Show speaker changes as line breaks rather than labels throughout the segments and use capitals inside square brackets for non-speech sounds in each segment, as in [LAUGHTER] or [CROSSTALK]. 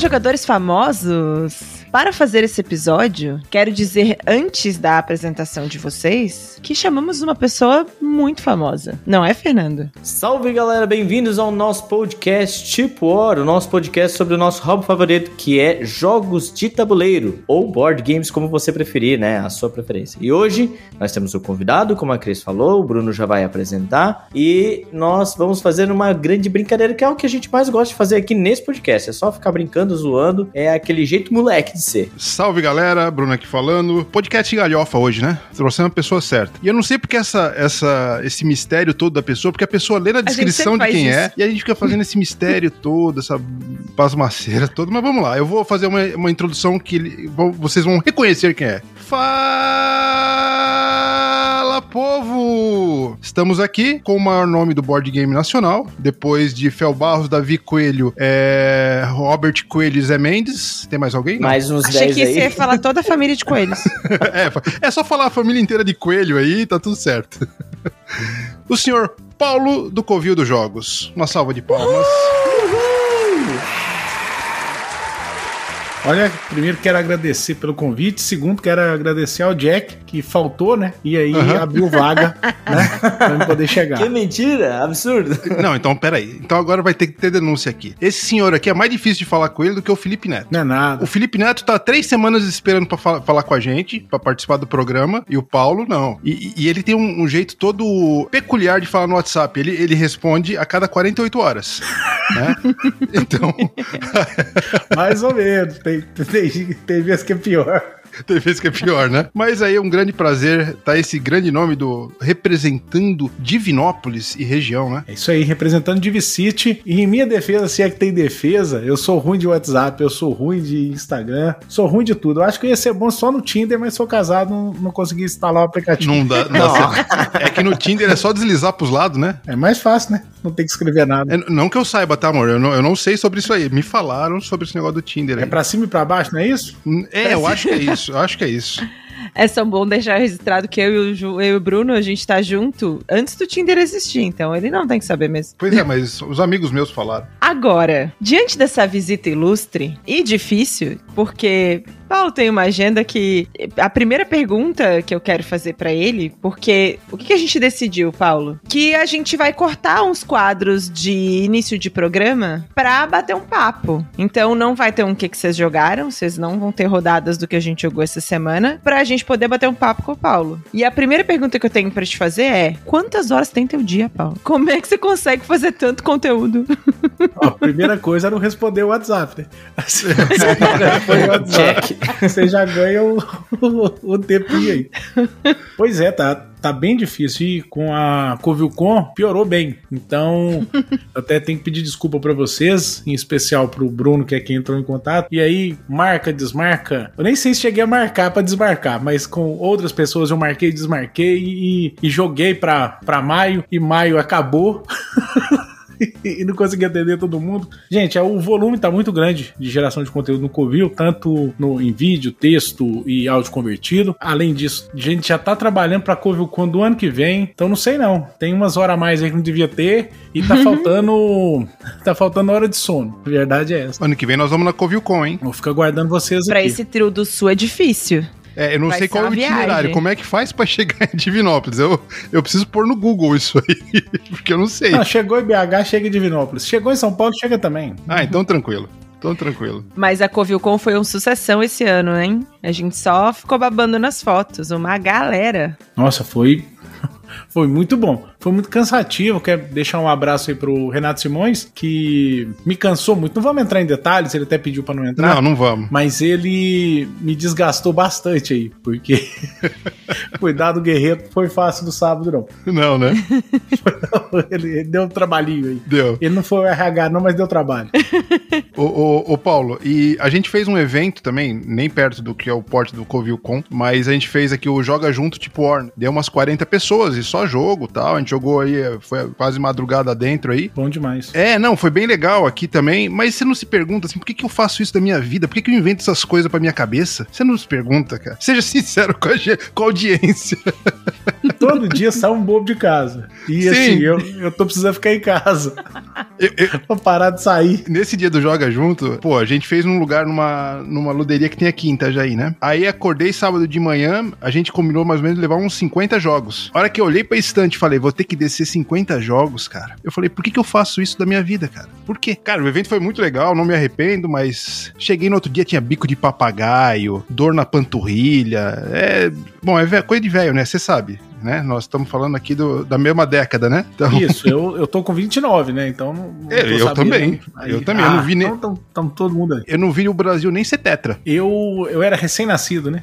jogadores famosos. Para fazer esse episódio, quero dizer antes da apresentação de vocês que chamamos uma pessoa muito famosa. Não é, Fernando?
Salve galera, bem-vindos ao nosso podcast Tipo Oro, o nosso podcast sobre o nosso hobby favorito, que é jogos de tabuleiro ou board games, como você preferir, né? A sua preferência. E hoje nós temos o convidado, como a Cris falou, o Bruno já vai apresentar e nós vamos fazer uma grande brincadeira, que é o que a gente mais gosta de fazer aqui nesse podcast. É só ficar brincando, zoando, é aquele jeito moleque de ser.
Salve galera, Bruno aqui falando. Podcast galhofa hoje, né? Trouxe uma pessoa certa. E eu não sei porque essa, essa, esse mistério todo da pessoa, porque a pessoa lê na descrição de
sempre
quem
faz
é e a gente fica fazendo
[LAUGHS]
esse mistério todo, essa pasmaceira toda. Mas vamos lá, eu vou fazer uma, uma introdução que ele- vão- vocês vão reconhecer quem é. Fala povo! Estamos aqui com o maior nome do board game nacional, depois de Fel Barros, Davi Coelho, é, Robert Coelho e Zé Mendes. Tem mais alguém? Não.
Mais uns
Achei
10
que você
aí.
ia falar toda a família de coelhos.
É, fa- [LAUGHS] é só falar a família inteira de coelho aí, tá tudo certo. O senhor Paulo do Covil dos Jogos. Uma salva de palmas.
Olha, primeiro quero agradecer pelo convite, segundo quero agradecer ao Jack, que faltou, né? E aí
Aham.
abriu vaga, né?
[LAUGHS]
Pra eu poder chegar.
Que mentira, absurdo.
Não, então peraí. Então agora vai ter que ter denúncia aqui. Esse senhor aqui é mais difícil de falar com ele do que o Felipe Neto.
Não é nada.
O Felipe Neto tá há três semanas esperando pra fala- falar com a gente, pra participar do programa, e o Paulo não. E, e- e ele tem um, um jeito todo peculiar de falar no WhatsApp. Ele, ele responde a cada 48 horas. né? [LAUGHS] Então,
Mais ou menos. Tem, tem, tem vezes que é pior.
[LAUGHS] Tem vezes que é pior, né? Mas aí é um grande prazer tá esse grande nome do representando Divinópolis e região, né?
É isso aí, representando Divicity. E em minha defesa, se é que tem defesa, eu sou ruim de WhatsApp, eu sou ruim de Instagram, sou ruim de tudo. Eu acho que eu ia ser bom só no Tinder, mas sou casado, não, não consegui instalar o aplicativo.
Não dá, não dá certo. É que no Tinder é só deslizar pros lados, né?
É mais fácil, né? Não tem que escrever nada.
É, não que eu saiba, tá, amor? Eu não, eu não sei sobre isso aí. Me falaram sobre esse negócio do Tinder aí.
É pra cima e pra baixo, não é isso?
É, eu acho que é isso. Eu acho que é isso.
[LAUGHS] É só bom deixar registrado que eu e o, Ju- eu e o Bruno, a gente tá junto antes do Tinder existir, então ele não tem que saber mesmo.
Pois é, mas os amigos meus falaram.
Agora, diante dessa visita ilustre e difícil, porque Paulo tem uma agenda que a primeira pergunta que eu quero fazer pra ele, porque o que que a gente decidiu, Paulo? Que a gente vai cortar uns quadros de início de programa pra bater um papo. Então não vai ter um que que vocês jogaram, vocês não vão ter rodadas do que a gente jogou essa semana, pra gente poder bater um papo com o Paulo. E a primeira pergunta que eu tenho pra te fazer é: quantas horas tem teu dia, Paulo? Como é que você consegue fazer tanto conteúdo?
Ó, a primeira coisa era eu responder o WhatsApp, né? Assim, você já foi o
[LAUGHS]
WhatsApp,
Check.
você já ganha o, o, o tempinho aí. Pois é, tá, tá bem difícil. E com a Covilcon, piorou bem. Então, eu até tenho que pedir desculpa pra vocês, em especial pro Bruno, que é quem entrou em contato. E aí, marca, desmarca. Eu nem sei se cheguei a marcar pra desmarcar, mas com outras pessoas eu marquei, desmarquei e, e joguei pra, pra maio. E maio acabou [LAUGHS] e não consegui atender todo mundo. Gente, é, o volume tá muito grande de geração de conteúdo no Covil, tanto no, em vídeo, texto e áudio convertido. Além disso, a gente já tá trabalhando pra Covil quando o ano que vem. Então não sei não. Tem umas horas a mais aí que não devia ter e
[LAUGHS]
tá faltando [LAUGHS] tá faltando hora de sono. A verdade é essa.
Ano que vem nós vamos na Covilcon, hein?
Vou ficar guardando vocês
Pra
aqui.
esse trio do sul é difícil.
É, eu não
Vai
sei
ser
qual é o
uma
itinerário.
viagem.
Como é que faz pra chegar em Divinópolis? Eu, eu preciso pôr no Google isso aí, [LAUGHS] porque eu não sei.
Não, chegou em BH, chega em Divinópolis. Chegou em São Paulo, chega também.
Ah, então tranquilo. Então tranquilo.
Mas a Covilcon foi uma sucessão esse ano, hein? A gente só ficou babando nas fotos, uma galera.
Nossa, foi [LAUGHS] foi muito bom. Foi muito cansativo. Quero deixar um abraço aí pro Renato Simões, que me cansou muito. Não vamos entrar em detalhes, ele até pediu pra não entrar.
Não, não vamos.
Mas ele me desgastou bastante aí, porque [LAUGHS] cuidar do guerreiro não foi fácil no sábado,
[LAUGHS]
não. [LAUGHS]
Não, né?
Ele ele deu um trabalhinho aí.
[LAUGHS] Deu.
Ele não foi o RH, não, mas deu trabalho.
Ô, ô, ô, Paulo, e a gente fez um evento também, nem perto do que é o porte do Covilcon, mas a gente fez aqui o Joga Junto Tipo Orn. Deu umas 40 pessoas e só jogo e tal. A gente jogou aí, eh, foi quase madrugada dentro aí.
Bom demais.
É, não, foi bem legal aqui também, mas você não se pergunta assim, por que, que eu faço isso da minha vida? Por que, que eu invento essas coisas [LAUGHS] pra minha cabeça? Você não se pergunta, cara. Seja sincero com a, gen- com a audiência.
todo dia sai um bobo de casa. E
Sim.
assim, eu, eu tô precisando ficar em casa. [LAUGHS]
Eu- eu-
Pra parar de sair.
Nesse dia do Joga Junto, pô, a gente fez num lugar, numa, numa luderia que tem aqui em Itajaí, né? Aí acordei sábado de manhã, a gente combinou mais ou menos levar uns 50 jogos. A hora que eu olhei pra estante e falei, vou ter que descer 50 jogos, cara. Eu falei, por que, que eu faço isso da minha vida, cara? Por quê? Cara, o evento foi muito legal, não me arrependo, mas cheguei no outro dia, tinha bico de papagaio, dor na panturrilha. É. Bom, é ve- coisa de velho, né? Você sabe. Né? Nós estamos falando aqui do- da mesma década, né? Então,
Isso, eu, eu tô com 29, né? Então não. não
É,
tô né?
eu também. Eu também, eu não vi nem-
Então tão, tão todo mundo aí.
eu não vi o Brasil nem ser tetra.
Eu, eu era
[LAUGHS]
recém-nascido, né?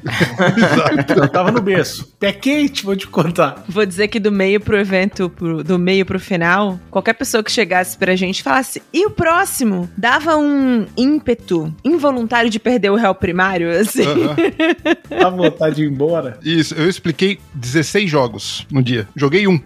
eu tava no berço. Pé quente, vou te contar.
Vou dizer que do meio pro evento, pro- do meio pro final, qualquer pessoa que chegasse pra gente e falasse, e o próximo? Dava um ímpeto involuntário de perder o réu primário, [LAUGHS] assim.
Aham.
Tava vontade de ir embora.
Isso, eu expliquei 16 jogos no dia. Joguei um.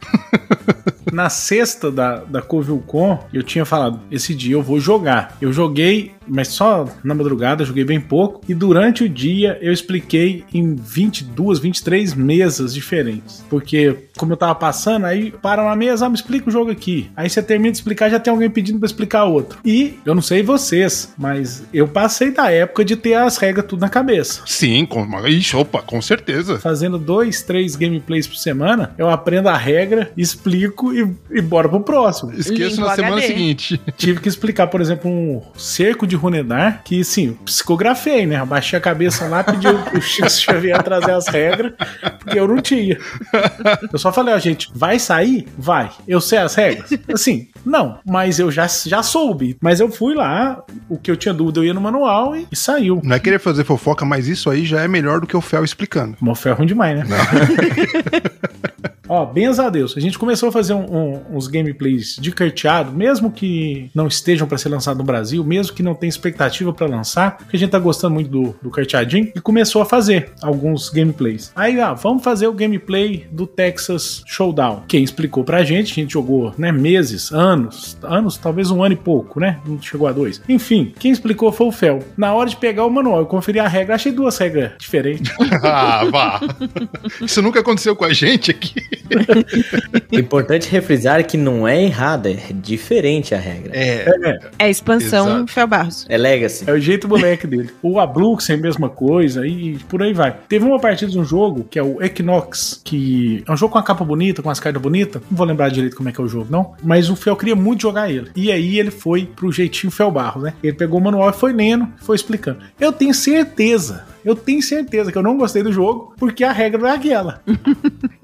Na sexta da, da Covilcon, eu tinha falado, esse dia eu vou jogar. Eu joguei, mas só na madrugada, joguei bem pouco. E durante o dia eu expliquei em 22, 23 mesas diferentes. Porque, como eu tava passando, aí para uma mesa, ah, me explica o jogo aqui. Aí você termina de explicar, já tem alguém pedindo pra explicar outro. E, eu não sei vocês, mas eu passei da época de ter as regras tudo na cabeça.
Sim, com, ixi, opa, com certeza.
fazendo dois, três gameplays por semana, eu aprendo a regra, explico e, e bora pro próximo.
Esqueço
Limpo
na semana
HD.
seguinte.
Tive que explicar, por exemplo, um cerco de Runedar, que sim, psicografei, né? Abaixei a cabeça lá, pedi o o Chico Xavier trazer as regras, porque eu não tinha. Eu só falei, ó, gente, vai sair? Vai. Eu sei as regras? Assim, não, mas eu já, já soube. Mas eu fui lá, o que eu tinha dúvida eu ia no manual e, e saiu.
[LAUGHS] Não é querer fazer fofoca, mas isso aí já é melhor do que o Fel explicando.
Mofé é ruim demais, né? [LAUGHS] Ó, benza a Deus. A gente começou a fazer um- um- uns gameplays de carteado, mesmo que não estejam para ser lançado no Brasil, mesmo que não tenha expectativa para lançar, porque a gente tá gostando muito do, do carteadinho, e começou a fazer alguns gameplays. Aí, ah, vamos fazer o gameplay do Texas Showdown. Quem explicou pra gente, a gente jogou, né, meses, anos, anos, talvez um ano e pouco, né? Não chegou a dois. Enfim, quem explicou foi o Fel. Na hora de pegar o manual, eu conferi a regra, achei duas regras diferentes.
[LAUGHS] ah, vá. Isso nunca aconteceu com a gente aqui.
Importante refrisar que não é errada, é diferente a regra. É,
É,
É a expansão
Exato.
Fel Barros.
legacy.
É o jeito moleque dele. O Ablux é a mesma coisa e por aí vai. Teve uma partida de um jogo que é o Equinox, que é um jogo com a capa bonita, com as cartas bonitas. Não vou lembrar direito como é que é o jogo, não. Mas o Fel queria muito jogar ele. E aí ele foi pro jeitinho Fel Barro, né? Ele pegou o manual e foi lendo, foi explicando. Eu tenho certeza. Eu tenho certeza que eu não gostei do jogo porque a regra não é aquela.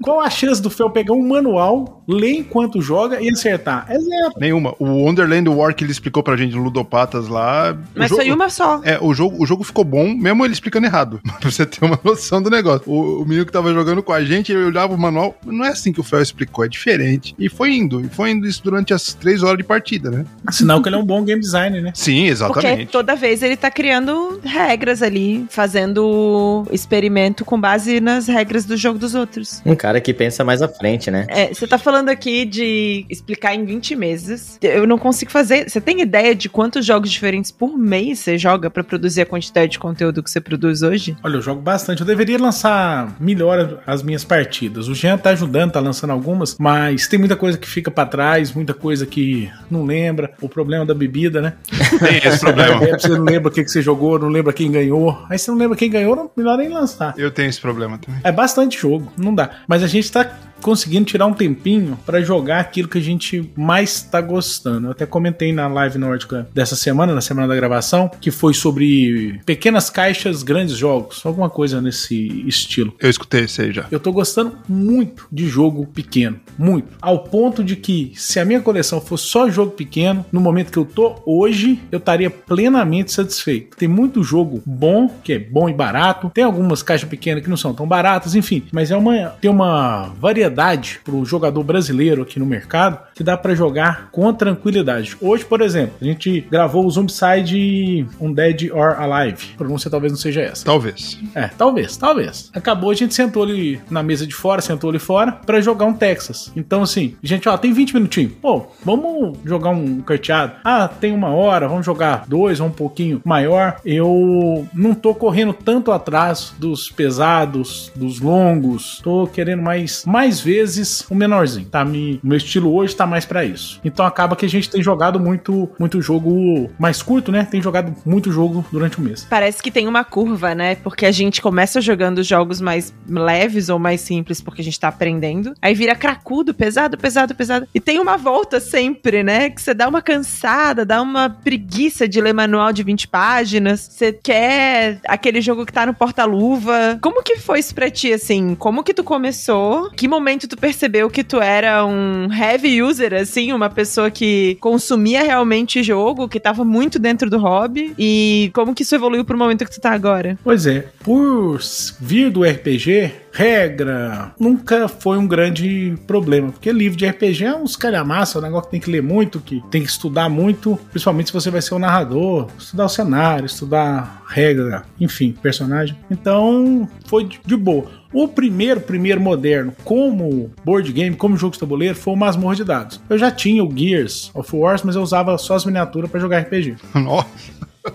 Qual a chance do Fel pegar um manual, ler enquanto joga e acertar? É zero.
nenhuma. O Wonderland War que ele explicou pra gente no Ludopatas lá. o
Mas
jogo-
foi uma só.
É, o jogo, o jogo ficou bom, mesmo ele explicando errado. [LAUGHS] Pra você ter uma noção do negócio. O, o menino que tava jogando com a gente, ele olhava o manual. Não é assim que o Fel explicou, é diferente. E foi indo. E foi indo isso durante as três horas de partida, né?
Sinal que ele é um bom game designer, né?
Sim,
Porque
exatamente.
toda vez ele tá criando regras ali, fazendo experimento com base nas regras do jogo dos outros.
Um cara que pensa mais à frente, né?
É, você tá falando aqui de explicar em 20 meses. Eu não consigo fazer. Você tem ideia de quantos jogos diferentes por mês você joga pra produzir a quantidade de conteúdo que você produz hoje?
Olha, eu jogo bastante. Eu deveria lançar melhor as minhas partidas. O Jean tá ajudando, tá lançando algumas, mas tem muita coisa que fica pra trás, muita coisa que não lembra. O problema da bebida, né?
Tem esse problema.
É, você não lembra o que que você jogou, não lembra quem ganhou. Aí você não lembra quem ganhou, não, melhor nem lançar.
Eu tenho esse problema também.
É bastante jogo, não dá. Mas a gente tá conseguindo tirar um tempinho pra jogar aquilo que a gente mais tá gostando. Eu até comentei na live nórdica dessa semana, na semana da gravação, que foi sobre pequenas caixas, grandes jogos, alguma coisa nesse estilo.
Eu escutei esse aí já.
Eu tô gostando muito de jogo pequeno, muito. Ao ponto de que se a minha coleção fosse só jogo pequeno, no momento que eu tô hoje, eu estaria plenamente satisfeito. Tem muito jogo bom, que é bom e barato. Tem algumas caixas pequenas que não são tão baratas, enfim, mas é uma tem uma variedade pro jogador brasileiro aqui no mercado que dá pra jogar com tranquilidade. Hoje, por exemplo, a gente gravou o Zombicide Undead or Alive. A pronúncia talvez não seja essa.
Talvez. [LAUGHS]
É, talvez, talvez. Acabou, a gente sentou ali na mesa de fora, sentou ali fora pra jogar um Texas. Então, assim, gente, ó, tem 20 minutinhos. Pô, vamos jogar um carteado. Ah, tem uma hora, vamos jogar dois, ou um pouquinho maior. Eu não tô correndo tanto atrás dos pesados, dos longos. Tô querendo mais, mais vezes um menorzinho, tá? Me, o meu estilo hoje tá mais pra isso. Então acaba que a gente tem jogado muito, muito jogo mais curto, né? Tem jogado muito jogo durante o mês.
Parece que tem uma curva, né? Porque a gente começa jogando jogos mais leves ou mais simples, porque a gente tá aprendendo. Aí vira cracudo, pesado, pesado, pesado. E tem uma volta sempre, né? Que você dá uma cansada, dá uma preguiça de ler manual de 20 páginas. Você quer aquele jogo que tá no porta-luva. Como que foi isso pra ti, assim? Como que tu começou? Que momento tu percebeu que tu era um heavy user, assim? Uma pessoa que consumia realmente jogo, que tava muito dentro do hobby? E como que isso evoluiu pro momento que tu tá agora?
Pois é, por vir do RPG, regra nunca foi um grande problema, porque livro de RPG é uns calhamaça, é um negócio que tem que ler muito, que tem que estudar muito, principalmente se você vai ser o um narrador, estudar o cenário, estudar regra, enfim, personagem. Então, foi de boa. O primeiro, primeiro moderno, como board game, como jogo de tabuleiro, foi o Masmorra de Dados. Eu já tinha o Gears of Wars, mas eu usava só as miniaturas para jogar RPG.
Nossa.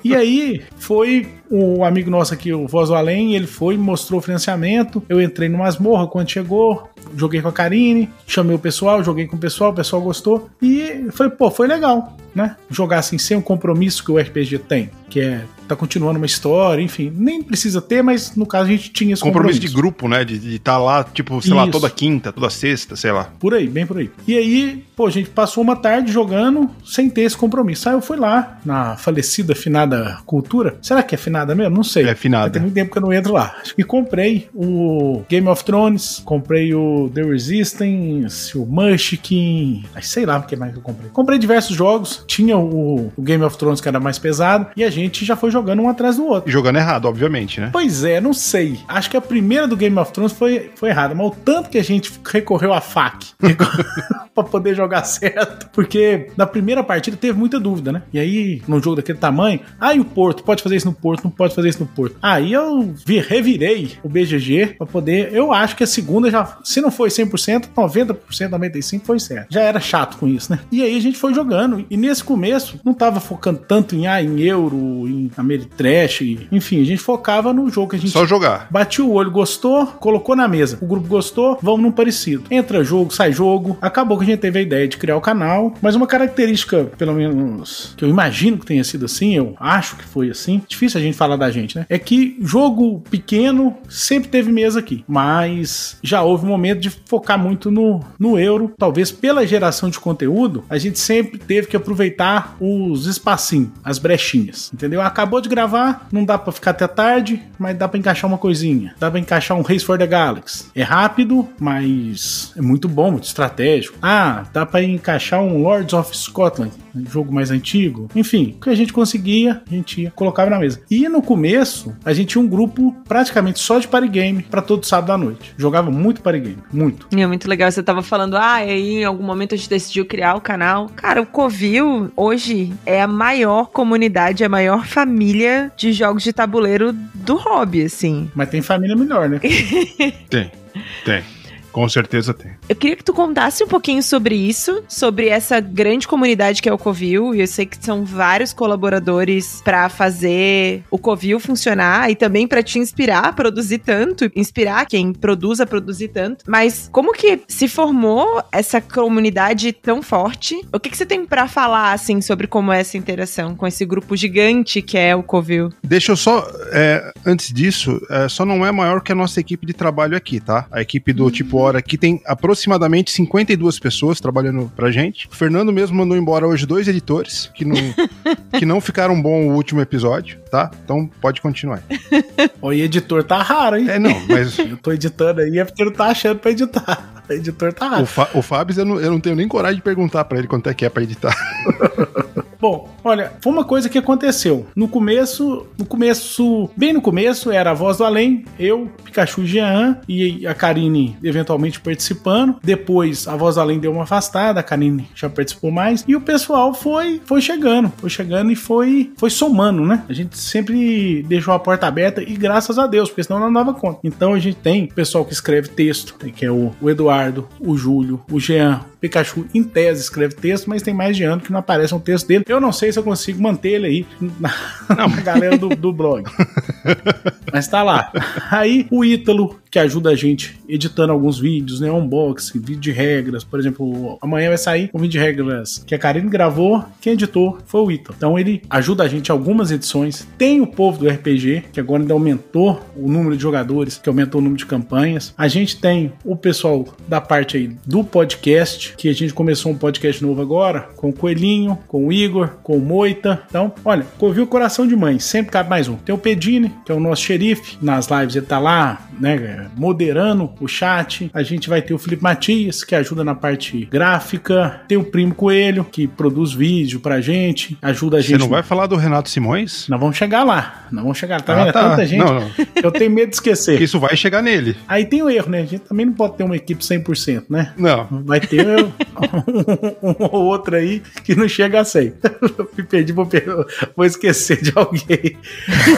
E aí foi o amigo nosso aqui, o Voz do Além, ele foi, mostrou o financiamento. Eu entrei no masmorra quando chegou, joguei com a Karine, chamei o pessoal, joguei com o pessoal, o pessoal gostou. E foi, pô, foi legal, né? Jogar assim sem o compromisso que o RPG tem, que é tá continuando uma história, enfim, nem precisa ter, mas no caso a gente tinha esse
compromisso. compromisso de grupo, né? De estar tá lá, tipo, sei Isso. lá, toda quinta, toda sexta, sei lá.
Por aí, bem por aí. E aí, pô, a gente passou uma tarde jogando sem ter esse compromisso. Aí eu fui lá, na falecida finada cultura. Será que é finada mesmo? Não sei.
É finada.
Tem muito tempo que eu não entro lá. E comprei o Game of Thrones, comprei o The Resistance, o Munchkin, sei lá o que mais que eu comprei. Comprei diversos jogos, tinha o, o Game of Thrones que era mais pesado, e a gente já foi jogando jogando um atrás do outro.
E jogando errado, obviamente, né?
Pois é, não sei. Acho que a primeira do Game of Thrones foi, foi errada, mas o tanto que a gente recorreu à fac para poder jogar [LAUGHS] certo, porque na primeira partida teve muita dúvida, né? E aí, num jogo daquele tamanho, aí ah, o Porto, pode fazer isso no Porto, não pode fazer isso no Porto. Aí eu vi, revirei o BGG para poder, eu acho que a segunda já, se não foi 100%, 90%, 95% foi certo. Já era chato com isso, né? E aí a gente foi jogando, e nesse começo, não tava focando tanto em, ah, em euro, em Ameritrash, enfim, a gente focava no jogo que a gente
só jogar.
Batia o olho, gostou, colocou na mesa. O grupo gostou, vamos num parecido. Entra jogo, sai jogo. Acabou que a gente teve a ideia de criar o canal, mas uma característica, pelo menos que eu imagino que tenha sido assim, eu acho que foi assim. Difícil a gente falar da gente, né? É que jogo pequeno sempre teve mesa aqui, mas já houve um momento de focar muito no, no euro, talvez pela geração de conteúdo, a gente sempre teve que aproveitar os espacinhos, as brechinhas, entendeu? Acabou de gravar, não dá para ficar até tarde, mas dá para encaixar uma coisinha. Dá para encaixar um Race for the Galaxy. É rápido, mas é muito bom, muito estratégico. Ah, dá para encaixar um Lords of Scotland, um jogo mais antigo. Enfim, o que a gente conseguia, a gente ia, colocava na mesa. E no começo, a gente tinha um grupo praticamente só de party game para todo sábado à noite. Jogava muito party game, muito.
E é muito legal, você tava falando, ah, e aí em algum momento a gente decidiu criar o canal. Cara, o Covil hoje é a maior comunidade, é a maior família família de jogos de tabuleiro do hobby, assim.
Mas tem família melhor, né?
tem, tem. Com certeza tem.
Eu queria que tu contasse um pouquinho sobre isso, sobre essa grande comunidade que é o Covil, e eu sei que são vários colaboradores para fazer o Covil funcionar e também para te inspirar a produzir tanto, inspirar quem produz a produzir tanto. Mas como que se formou essa comunidade tão forte? O que que você tem para falar assim sobre como é essa interação com esse grupo gigante que é o Covil?
Deixa eu só é, antes disso, é, só não é maior que a nossa equipe de trabalho aqui, tá? A equipe do hum. tipo embora aqui tem aproximadamente 52 pessoas trabalhando pra gente. O Fernando mesmo mandou embora hoje dois editores
[LAUGHS]
que não, que não ficaram bom o último episódio, tá? Então pode continuar.
O editor tá raro, hein?
É, não,
[LAUGHS]
mas.
Eu tô editando aí, é porque não tá achando pra editar. [LAUGHS] O editor tá raro.
O, Fa o Fábio, eu não, eu não tenho nem coragem de perguntar pra ele quanto é que é pra editar.
Bom, olha, foi uma coisa que aconteceu. No começo, no começo, bem no começo, era a voz do além, eu, Pikachu Jean e a Karine eventualmente participando. Depois a voz do além deu uma afastada, a Karine já participou mais. E o pessoal foi foi chegando, foi chegando e foi, foi somando, né? A gente sempre deixou a porta aberta e graças a Deus, porque senão não dava conta. Então a gente tem o pessoal que escreve texto, que é o, o Eduardo, o Júlio, o Jean, Pikachu em tese escreve texto, mas tem mais de ano que não aparece um texto dele. Eu não sei se eu consigo manter ele aí na, [LAUGHS] na galera do, do blog. mas tá lá. Aí o Ítalo, que ajuda a gente editando alguns vídeos, né? Unboxing, vídeo de regras. Por exemplo, amanhã vai sair um vídeo de regras que a Karine gravou, quem editou foi o Ito. Então ele ajuda a gente em algumas edições. Tem o povo do RPG, que agora ainda aumentou o número de jogadores, que aumentou o número de campanhas. A gente tem o pessoal da parte aí do podcast, que a gente começou um podcast novo agora, com o Coelhinho, com o Igor, com o Moita. Então, olha, Covil Coração de Mãe, sempre cabe mais um. Tem o Pedini, que é o nosso xerife, nas lives ele tá lá, né, moderando o chat. A gente vai ter o Felipe Matias, que ajuda na parte gráfica. Tem o Primo Coelho, que produz vídeo pra gente, ajuda a
Você
gente.
não vai falar do Renato Simões?
Nós vamos chegar lá, nós vamos chegar lá. Tá
Ah,
vendo? É
tá.
Tanta gente.
Não, não.
Eu tenho medo
[LAUGHS]
de esquecer.
Porque Isso vai chegar nele.
Aí tem o erro, né? A gente também não pode ter uma equipe 100%, né?
Não.
Vai ter um, um ou outro aí que não chega a 100. Me perdi, vou, per- vou esquecer de alguém.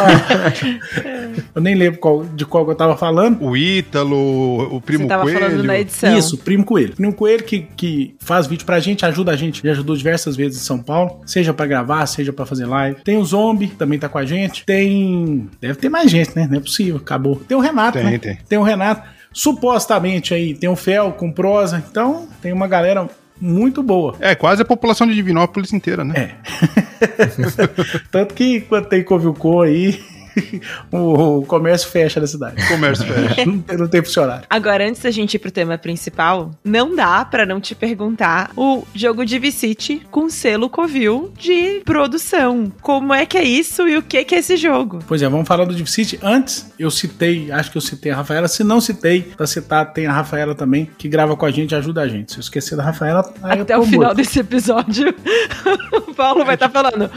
Ah, eu nem lembro qual- de qual que eu tava falando.
O Ítalo, o Primo
Você tava
Coelho.
falando na edição.
Isso, Primo Coelho. Primo Coelho que, que faz vídeo pra gente, ajuda a gente. Já ajudou diversas vezes em São Paulo, seja pra gravar, seja pra fazer live. Tem o Zombie, também tá com a gente. Tem. Deve ter mais gente, né? Não é possível, acabou. Tem o Renato,
Tem,
né?
tem.
o Renato. Supostamente aí tem o Fel com prosa. Então, tem uma galera muito boa.
É, quase a população de Divinópolis inteira, né?
É. Tanto que quando tem Covilcô aí, [LAUGHS] o, o comércio fecha na cidade.
Comércio é.
[LAUGHS]
fecha.
É.
Não tem, não tem funcionário.
Agora, antes da gente ir pro tema principal, não dá pra não te perguntar o jogo de Vicite com selo Covil de produção. Como é que é isso e o que que é esse jogo?
Pois é, vamos falar do Deep City. Antes, eu citei, acho que eu citei a Rafaela. Se não citei, pra citar, tem a Rafaela também, que grava com a gente, ajuda a gente. Se eu esquecer da Rafaela, aí eu
Até
tô
o final
morto.
desse episódio, [LAUGHS] o Paulo vai estar falando.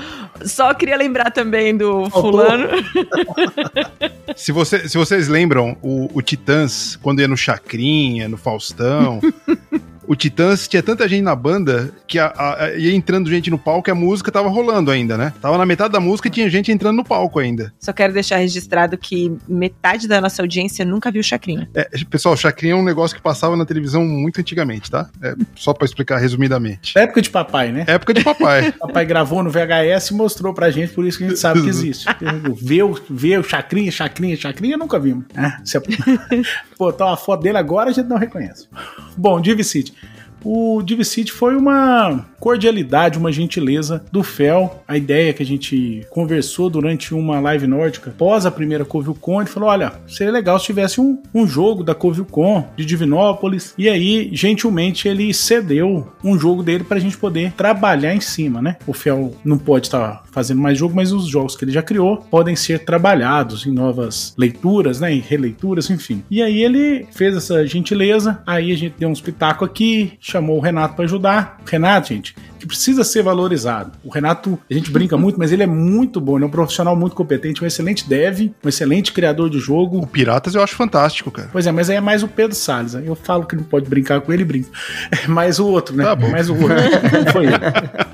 Só queria lembrar também do
Faltou.
fulano.
Se, você- se vocês lembram, o, o Titãs, quando ia no Chacrinha, no Faustão. O Titãs tinha tanta gente na banda que a- a- a- ia entrando gente no palco e a música tava rolando ainda, né? Tava na metade da música e tinha gente entrando no palco ainda.
Só quero deixar registrado que metade da nossa audiência nunca viu Chacrinha.
É, pessoal, Chacrinha é um negócio que passava na televisão muito antigamente, tá? É, só pra explicar resumidamente.
Da época de papai, né?
Época de papai.
Papai gravou no VHS e mostrou pra gente, por isso que a gente sabe que existe. Ver o, ver o Chacrinha, Chacrinha, Chacrinha, nunca vimos. né? Se [LAUGHS] botar tá uma foto dele agora, a gente não reconhece. Bom, Divicity. O Divicity foi uma cordialidade, uma gentileza do Fel. A ideia que a gente conversou durante uma live nórdica, após a primeira Covilcon, ele falou: olha, seria legal se tivesse um, um jogo da Covilcon de Divinópolis. E aí, gentilmente, ele cedeu um jogo dele pra gente poder trabalhar em cima, né? O Fel não pode estar fazendo mais jogo, mas os jogos que ele já criou podem ser trabalhados em novas leituras, né? Em releituras, enfim. E aí ele fez essa gentileza, aí a gente deu uns pitaco aqui, chamou o Renato pra ajudar. O Renato, gente, que precisa ser valorizado. O Renato, a gente brinca muito, mas ele é muito bom, ele é um profissional muito competente, um excelente dev, um excelente criador de jogo,
O Piratas eu acho fantástico, cara.
Pois é, mas aí é mais o Pedro Salles. né? Eu falo que não pode brincar com ele, brinco. É mais o outro, né?
Tá bom.
Mais o outro. Não [LAUGHS] foi ele.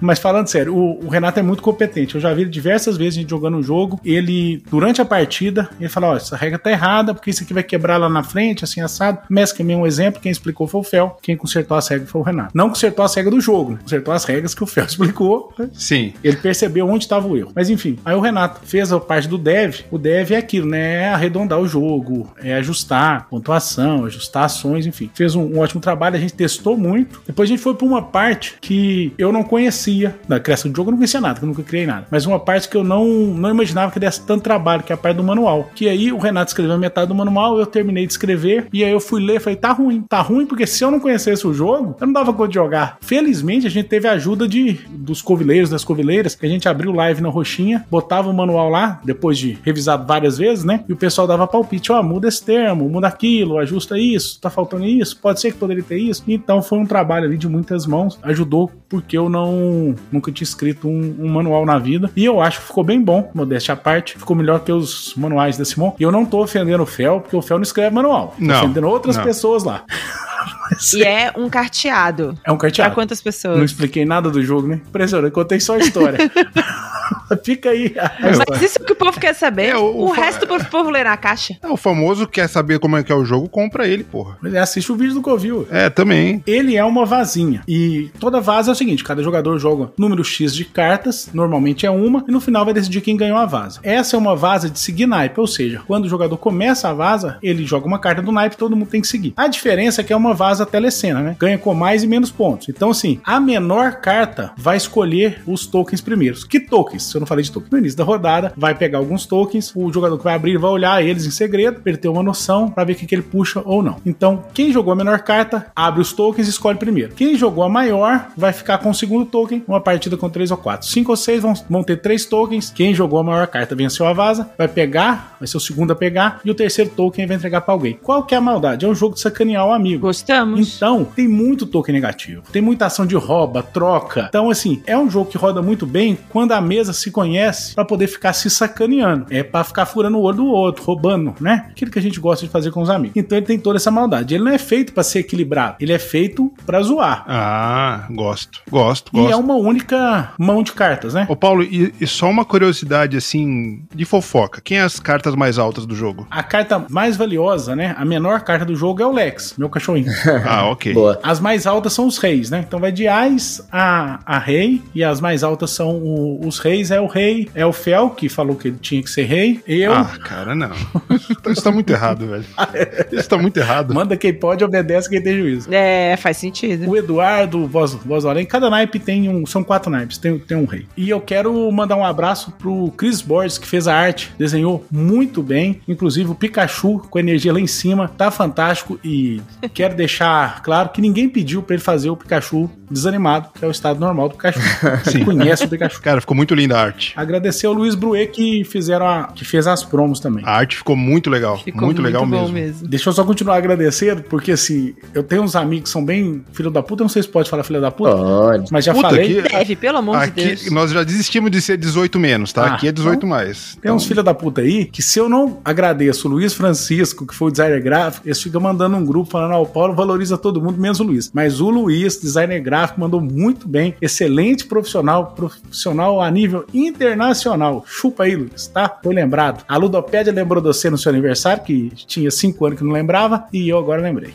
Mas falando sério, o, o Renato é muito competente. Eu já vi ele diversas vezes a gente jogando um jogo. Ele, durante a partida, ele fala: Ó, essa regra tá errada, porque isso aqui vai quebrar lá na frente, assim, assado. Messi que é um exemplo, quem explicou foi o Fel. Quem consertou as regras foi o Renato. Não consertou as regras do jogo, né? consertou as regras que o Fel [LAUGHS] explicou. né?
Sim.
Ele percebeu onde estava o erro. Mas enfim, aí o Renato fez a parte do dev. O dev é aquilo, né? É arredondar o jogo, é ajustar pontuação, ajustar ações, enfim. Fez um, um ótimo trabalho, a gente testou muito. Depois a gente foi para uma parte que eu não conhecia da criação de jogo, eu não conhecia nada, que eu nunca criei nada. Mas uma parte que eu não, não imaginava que desse tanto trabalho, que é a parte do manual. Que aí o Renato escreveu a metade do manual, eu terminei de escrever, e aí eu fui ler e falei, tá ruim, tá ruim, porque se eu não conhecesse o jogo, eu não dava conta de jogar. Felizmente, a gente teve a ajuda de, dos covileiros, das covileiras, que a gente abriu live na roxinha, botava o manual lá, depois de revisado várias vezes, né? E o pessoal dava palpite, ó, muda esse termo, muda aquilo, ajusta isso, tá faltando isso, pode ser que poderia ter isso. Então foi um trabalho ali de muitas mãos, ajudou porque eu não nunca tinha escrito um, um manual na vida. E eu acho que ficou bem bom, modéstia à parte, ficou melhor que os manuais da Simon. E eu não tô ofendendo o Fel, porque o Fel não escreve manual. Tô
Não,
ofendendo outras
não.
pessoas lá. Mas
E é um carteado.
é um
Pra
carteado.
quantas
Não
pessoas?
expliquei nada do jogo, né? Impressionante, contei só a história. [LAUGHS] Fica aí.
Mas isso é o que o povo quer saber.
É, o-
o
o fa-
resto o povo lê na caixa.
É, o famoso quer saber como é que é o jogo, compra ele, porra.
Ele assiste o vídeo do Covil.
É, também.
Ele é uma vazinha. E toda vaza é o seguinte: cada jogador joga número X de cartas, normalmente é uma, e no final vai decidir quem ganhou a vaza. Essa é uma vaza de seguir naipe, ou seja, quando o jogador começa a vaza, ele joga uma carta do naipe todo mundo tem que seguir. A diferença é que é uma vaza telecena, né? Ganha com mais e menos pontos. Então, assim, a menor carta vai escolher os tokens primeiros. Que tokens? Se eu não falei de tokens no início da rodada, vai pegar alguns tokens, o jogador que vai abrir vai olhar eles em segredo, pra ele ter uma noção, pra ver o que, que ele puxa ou não. Então, quem jogou a menor carta, abre os tokens e escolhe primeiro. Quem jogou a maior, vai ficar com o segundo token, uma partida com três ou quatro. Cinco ou seis vão, vão ter três tokens. Quem jogou a maior carta venceu a vaza, vai pegar, vai ser o segundo a pegar, e o terceiro token vai entregar pra alguém. Qual que é a maldade? É um jogo de sacanear o amigo.
Gostamos?
Então, tem muito token negativo. Tem muita ação de rouba, troca. Então, assim, é um jogo que roda muito bem quando a mesa se conhece pra poder ficar se sacaneando. É pra ficar furando o olho do outro, roubando, né? Aquilo que a gente gosta de fazer com os amigos. Então, ele tem toda essa maldade. Ele não é feito pra ser equilibrado. Ele é feito pra zoar.
Ah, gosto. Gosto,
E é
gosto.
uma única mão de cartas, né?
Ô, Paulo, e, e só uma curiosidade, assim, de fofoca. Quem é as cartas mais altas do jogo?
A carta mais valiosa, né? A menor carta do jogo é o Lex, meu cachorrinho.
Ah, ok.
Boa.
As mais altas são os reis, né? Então vai de Ais a, a rei, e as mais altas são o- os reis. É o rei, é o Fel, que falou que ele tinha que ser rei. Eu,
Ah, cara, não. Isso tá muito errado,
[LAUGHS]
velho.
Ah, é.
Isso tá muito errado.
manda quem pode, obedece quem tem juízo.
É, faz sentido.
O Eduardo, voz, voz além, cada naipe tem um. São quatro naipes, tem, tem um rei. E eu quero mandar um abraço pro Chris Borges, que fez a arte, desenhou muito bem. Inclusive o Pikachu com a energia lá em cima, tá fantástico. E [LAUGHS] quero deixar claro que ninguém pediu pra ele fazer o Pikachu desanimado, que é o estado normal do
[LAUGHS]
Pikachu. Você conhece o Pikachu.
Cara, ficou muito linda a arte.
Agradecer ao Luiz Bruet que fizeram a, que fez as promos também.
A arte ficou muito legal.
Ficou
muito legal
bom
mesmo.
mesmo.
Deixa eu só continuar agradecendo, porque assim, eu tenho uns amigos que são bem filho da puta, eu não sei se pode falar filho da puta,
Pode.
mas já
Ah. Puta,
falei.
que-
Deve, pelo amor de
Aqui
Deus.
nós já desistimos de ser 18 menos, tá?
Ah,
Aqui é 18 mais.
Tem um- uns filha da puta aí que se eu não agradeço o Luiz Francisco, que foi o designer gráfico, eles ficam mandando um grupo falando, ó, o Paulo valoriza todo mundo, menos o Luiz. Mas o Luiz, designer gráfico, mandou muito bem, excelente profissional, profissional a nível internacional. Chupa aí, Luiz, tá? Foi lembrado. A Ludopédia lembrou de você no seu aniversário, que tinha cinco anos que não lembrava, e eu agora lembrei.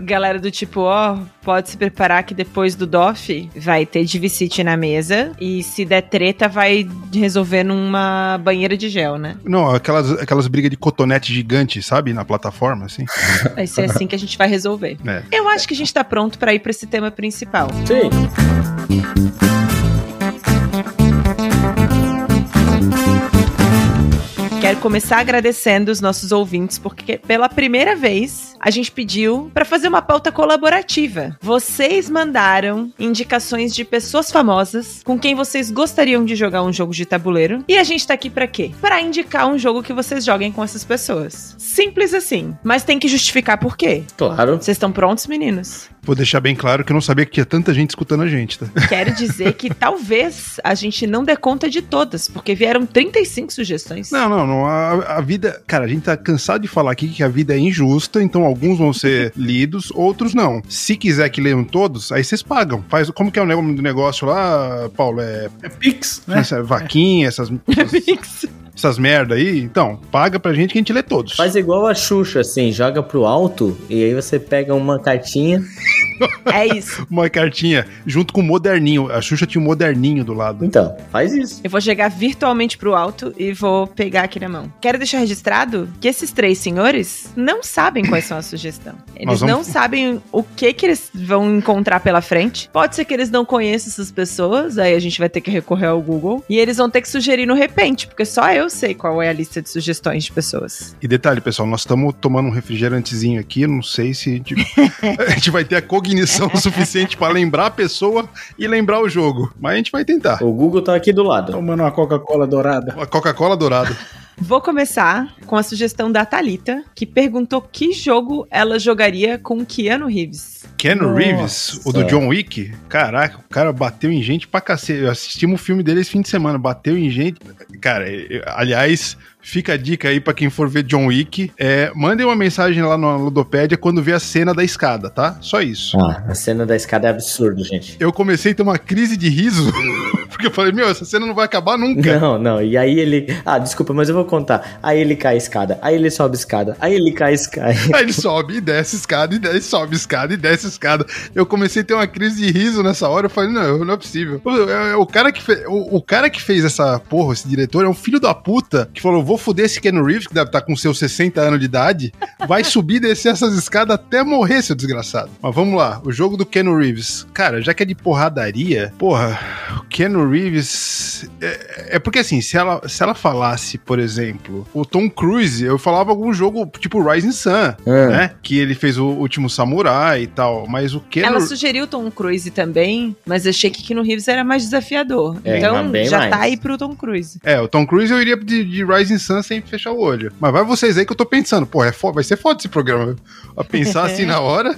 Galera do tipo, ó, pode se preparar que depois do DOF vai ter divisite na mesa. E se der treta, vai resolver numa banheira de gel, né?
Não, aquelas, aquelas brigas de cotonete gigante, sabe? Na plataforma, assim.
Vai ser assim que a gente vai resolver.
É.
Eu acho que a gente tá pronto pra ir pra esse tema principal.
Sim.
Quero começar agradecendo os nossos ouvintes, porque pela primeira vez a gente pediu para fazer uma pauta colaborativa. Vocês mandaram indicações de pessoas famosas com quem vocês gostariam de jogar um jogo de tabuleiro. E a gente tá aqui para quê? Para indicar um jogo que vocês joguem com essas pessoas. Simples assim. Mas tem que justificar por quê.
Claro.
Vocês estão prontos, meninos?
Vou deixar bem claro que eu não sabia que tinha tanta gente escutando a gente, tá?
Quero dizer que
[LAUGHS]
talvez a gente não dê conta de todas, porque vieram 35 sugestões. [LAUGHS]
Não, não, não. A, a vida. Cara, a gente tá cansado de falar aqui que a vida é injusta, então alguns vão ser lidos, outros não. Se quiser que leiam todos, aí vocês pagam. Faz, como que é o nome do negócio lá, Paulo? É,
É Pix, né?
[LAUGHS] essa vaquinha,
[LAUGHS]
essas,
Mix.
essas merda aí? Então, paga pra gente que a gente lê todos.
Faz igual a Xuxa, assim, joga pro alto e aí você pega uma cartinha.
É isso.
Uma cartinha junto com o moderninho. A Xuxa tinha o moderninho do lado.
Então, faz isso.
Eu vou chegar virtualmente pro alto e vou pegar aqui na mão. Quero deixar registrado que esses três senhores não sabem quais são a sugestão. Eles
Nós
não
vamos-
sabem o que que eles vão encontrar pela frente. Pode ser que eles não conheçam essas pessoas, aí a gente vai ter que recorrer ao Google. E eles vão ter que sugerir no repente, porque só eu sei qual é a lista de sugestões de pessoas.
E detalhe, pessoal, nós estamos tomando um refrigerantezinho aqui. Não sei se tipo, a gente vai ter a cognição suficiente pra lembrar a pessoa e lembrar o jogo. Mas a gente vai tentar.
O Google tá aqui do lado.
Tomando uma Coca-Cola dourada.
A Coca-Cola dourada.
Vou começar com a sugestão da Thalita, que perguntou que jogo ela jogaria com Keanu Reeves.
Ken
Nossa.
Reeves, o do John Wick, caraca, o cara bateu em gente pra cacete. Eu assisti um filme dele esse fim de semana, bateu em gente. Cara, eu- aliás, fica a dica aí pra quem for ver John Wick. É, mandem uma mensagem lá na Ludopédia quando vê a cena da escada, tá? Só isso.
Ah, a cena da escada é absurdo,
[LAUGHS]
gente.
Eu comecei a ter uma crise de riso, [LAUGHS] porque eu falei, meu, essa cena não vai acabar nunca.
Não, não. E aí ele. Ah, desculpa, mas eu vou contar. Aí ele cai a escada, aí ele sobe a escada, aí ele cai a escada. [LAUGHS]
[LAUGHS] Aí ele sobe e desce escada, e desce, sobe escada, e desce escada. Eu comecei a ter uma crise de riso nessa hora. Eu falei, não, não é possível. O, é- o cara, que fe- o, o cara que fez essa porra, esse diretor, é um filho da puta que falou: vou foder esse Ken Reeves, que deve estar com seus 60 anos de idade, vai subir e descer essas escadas até morrer, seu desgraçado. Mas vamos lá, o jogo do Ken Reeves. Cara, já que é de porradaria, porra, o Ken Reeves. É, é porque assim, se ela, se ela falasse, por exemplo, o Tom Cruise, eu falava algum jogo tipo Rising Sun
É.
Ah.
né? Que ele fez o Último Samurai e tal, mas o Ken...
Ela sugeriu Tom Cruise também, mas achei que Keanu Reeves era mais desafiador.
É, mas
então,
bem
já
mais.
tá aí pro Tom Cruise.
É, o Tom Cruise eu iria de, de Rising Sun sem fechar o olho. Mas vai vocês aí que eu tô pensando, pô, é fo- vai ser foda esse programa. A pensar
[LAUGHS]
assim na hora.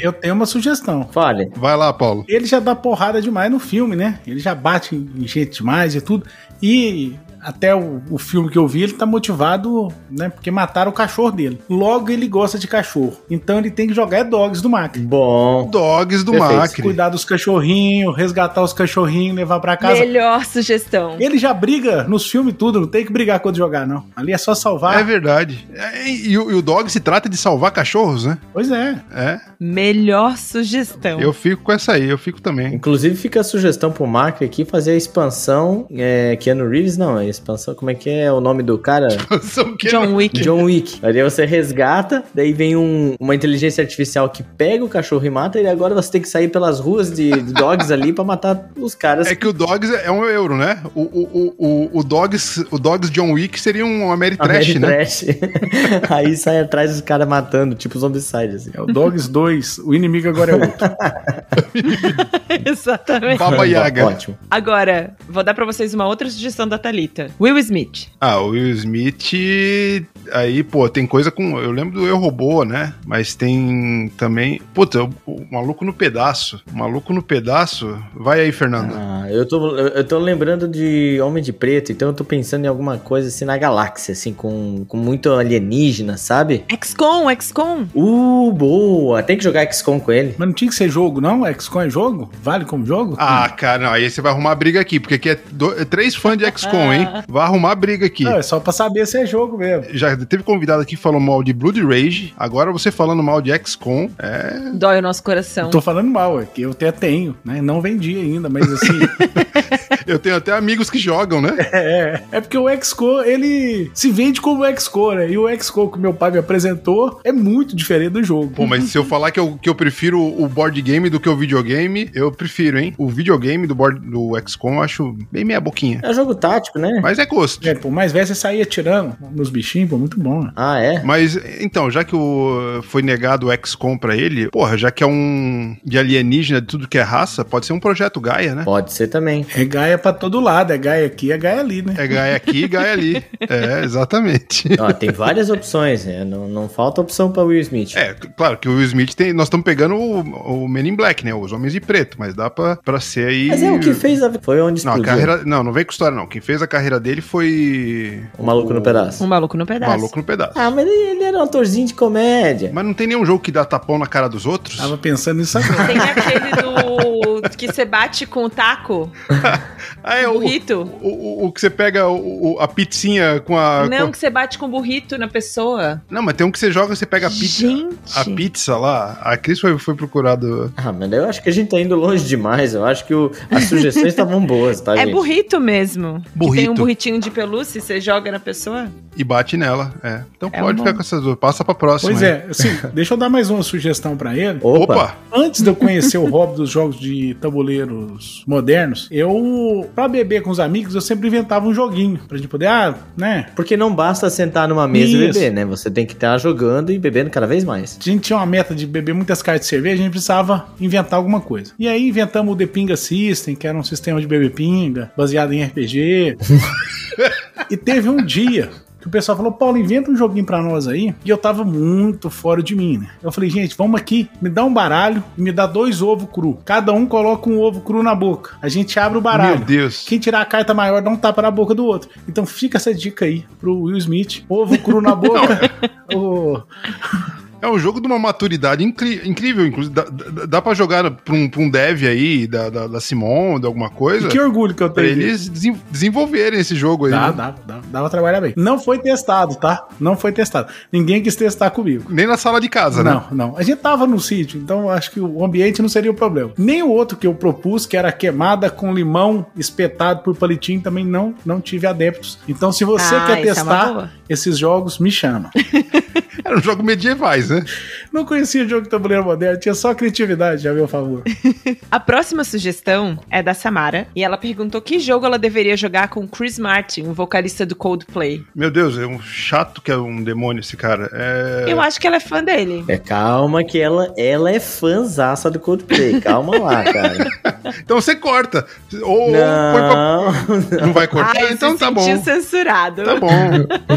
Eu tenho uma sugestão.
Fale.
Vai lá, Paulo.
Ele já dá porrada demais no filme, né? Ele já bate em gente demais e tudo. E até o, o filme que eu vi, ele tá motivado, né? Porque mataram o cachorro dele. Logo ele gosta de cachorro. Então ele tem que jogar é dogs do Mac.
Bom.
Dogs do
Perfeito.
Macri.
Cuidar dos cachorrinhos, resgatar os cachorrinhos, levar pra casa.
Melhor sugestão.
Ele já briga nos filmes e tudo, não tem que brigar quando jogar, não. Ali é só salvar.
É verdade. É, e, e o e o Dog se trata de salvar cachorros, né?
Pois é.
É.
Melhor sugestão.
Eu fico com essa aí, eu fico [LAUGHS] também.
Inclusive fica a sugestão pro Mark aqui fazer a expansão. É, Keanu Reeves, não, é expansão. Como é que é o nome do cara?
São Ken-
John Wick.
John Wick. Aí você resgata, daí vem um- uma inteligência artificial que pega o cachorro e mata, e agora você tem que sair pelas ruas de, de dogs ali pra matar os caras.
É que o Dogs é um euro, né? O, o, o, o, o Dogs, o Dogs John Wick seria um Ameritrash,
Mary
né?
Trash. [LAUGHS] Aí sai atrás dos caras matando, tipo zombicide, assim.
É o Dogs 2, o inimigo agora é outro.
[LAUGHS] Exatamente.
Baba Yaga.
Ótimo.
Agora, vou dar pra vocês uma outra sugestão da Thalita. Will Smith.
Ah, o Will Smith. Aí, pô, tem coisa com. Eu lembro do Eu Robô, né? Mas tem também. Puta, o, o Maluco no Pedaço. O Maluco no Pedaço. Vai aí, Fernando.
Ah, eu, tô, eu tô lembrando de Homem de Preto, então eu tô pensando em alguma coisa assim na galáxia, assim, com, com muito alienígena, sabe?
XCOM, XCOM.
Uh, boa! Tem que jogar XCOM com ele.
[LAUGHS] Mas não tinha que ser jogo, não? XCOM é jogo? Vale como jogo?
Ah, cara, não, aí você vai arrumar briga aqui, porque aqui é, do- é três fãs de XCOM, hein? Vai arrumar briga aqui.
Não, é só pra saber se é jogo mesmo.
Já teve convidado aqui que falou mal de Blood Rage, agora você falando mal de XCOM. É,
Dói o nosso coração.
Eu tô falando mal, é que eu até tenho, né? Não vendi ainda, mas assim.
eu tenho até amigos que jogam, né?
é, é porque o XCO, ele se vende como XCO, né? E o XCO que meu pai me apresentou é muito diferente do jogo.
Pô, mas se eu falar que eu, que eu prefiro o board game do que o videogame, eu prefiro, hein? O videogame do board do XCOM eu acho bem meia boquinha.
É jogo tático, né?
Mas é gosto.
É, por mais velho, você saía atirando nos bichinhos, pô, muito bom, né?
Ah, é?
Mas, então, já que o, foi negado o XCOM pra ele, porra, já que é um de alienígena de tudo que é raça, pode ser um projeto Gaia, né?
Pode ser também.
É Gaia pra todo lado, é Gaia aqui, é Gaia ali, né?
É Gaia aqui e Gaia ali. É, exatamente.
Ó, tem várias opções, né? Não, não falta opção pra Will Smith.
É, c- claro que o Will Smith tem. Nós estamos pegando o, o Men in Black, né? Os Homens de Preto, mas dá pra, pra ser aí.
Mas é o que fez a... Foi onde
Não,
explodiu.
a carreira. Não, não vem com história, não. Quem fez a carreira dele foi.
O Maluco no Pedaço.
Um maluco no
O
pedaço.
Maluco no Pedaço.
Ah, mas ele ele era um atorzinho de comédia.
Mas não tem nenhum jogo que dá tapão na cara dos outros?
Ah,
Tava pensando nisso agora.
Tem aquele do. que você bate com o taco,
Ah, é
com o
o.
burrito.
O, o- o que você pega o- o- a pizzinha com a. com
Não,
a-
que você bate com o burrito na pessoa.
Não, mas tem um que você joga, você pega a pizza.
Gente.
A pizza lá, a Cris foi, foi procurado.
Ah, mas eu acho que a gente tá indo longe demais. Eu acho que o- as sugestões
[LAUGHS]
estavam boas, tá,
É
gente?
burrito mesmo. Que Tem
Burrito.
um burritinho de pelúcia e você joga na pessoa.
e bate nela. É. Então
É
pode
um
ficar
bom.
com essas duas. Passa pra próxima.
Pois
aí.
é, assim, deixa eu dar mais uma sugestão pra ele.
Opa!
Opa!
Antes de eu conhecer o hobby dos jogos de tabuleiros modernos, eu, pra beber com os amigos, eu sempre inventava um joguinho. Pra gente poder, ah, né?
Porque não basta sentar numa mesa e
Isso.
beber, né? Você tem que estar jogando e bebendo cada vez mais.
A gente tinha uma meta de beber muitas cartas de cerveja, a gente precisava inventar alguma coisa. E aí inventamos o The Pinga System, que era
[LAUGHS]
um sistema de beber pinga, baseado em RPG. e teve um dia que que o pessoal falou, Paulo, inventa um joguinho pra nós aí. E eu tava muito fora de mim, né? Eu falei, gente, vamos aqui, me dá um baralho e me dá dois ovos cru. Cada um coloca um ovo cru na boca. A gente abre o baralho.
Meu Deus.
Quem tirar a carta maior dá um tapa na boca do outro. Então fica essa dica aí pro Will Smith. Ovo
[LAUGHS]
cru na boca. o...
É um jogo de uma maturidade incri- incrível, inclusive. Dá, dá, dá pra jogar pra um, pra um dev aí, da, da, da Simon, de alguma coisa.
E que orgulho que eu
Pra
tenho.
eles desen- desenvolverem esse jogo aí.
Dá,
né?
dá, dá, dá pra trabalhar bem. Não foi testado, tá? Não foi testado. Ninguém quis testar comigo.
Nem na sala de casa, né?
Não, não. A gente tava no sítio, então acho que o ambiente não seria o problema. Nem o outro que eu propus, que era queimada com limão espetado por palitinho, também não, não tive adeptos. Então, se você
Ah,
quer
isso é uma
testar
boa.
esses jogos,
[LAUGHS]
me chama.
Era um jogo medievais, né?
não conhecia o jogo de tabuleiro moderno, tinha só criatividade a meu favor.
A próxima sugestão é da Samara e ela perguntou que jogo ela deveria jogar com Chris Martin, o vocalista do Coldplay.
Meu Deus, é um chato que é um demônio esse cara. É...
Eu acho que ela é fã dele.
É, calma que ela, ela é fãzaça do Coldplay. Calma lá,
[LAUGHS]
cara.
Então você corta. Ou, ou põe pra-
Não. [LAUGHS]
não vai cortar,
Ai,
então
se
tá bom.
sentiu censurado.
Tá bom.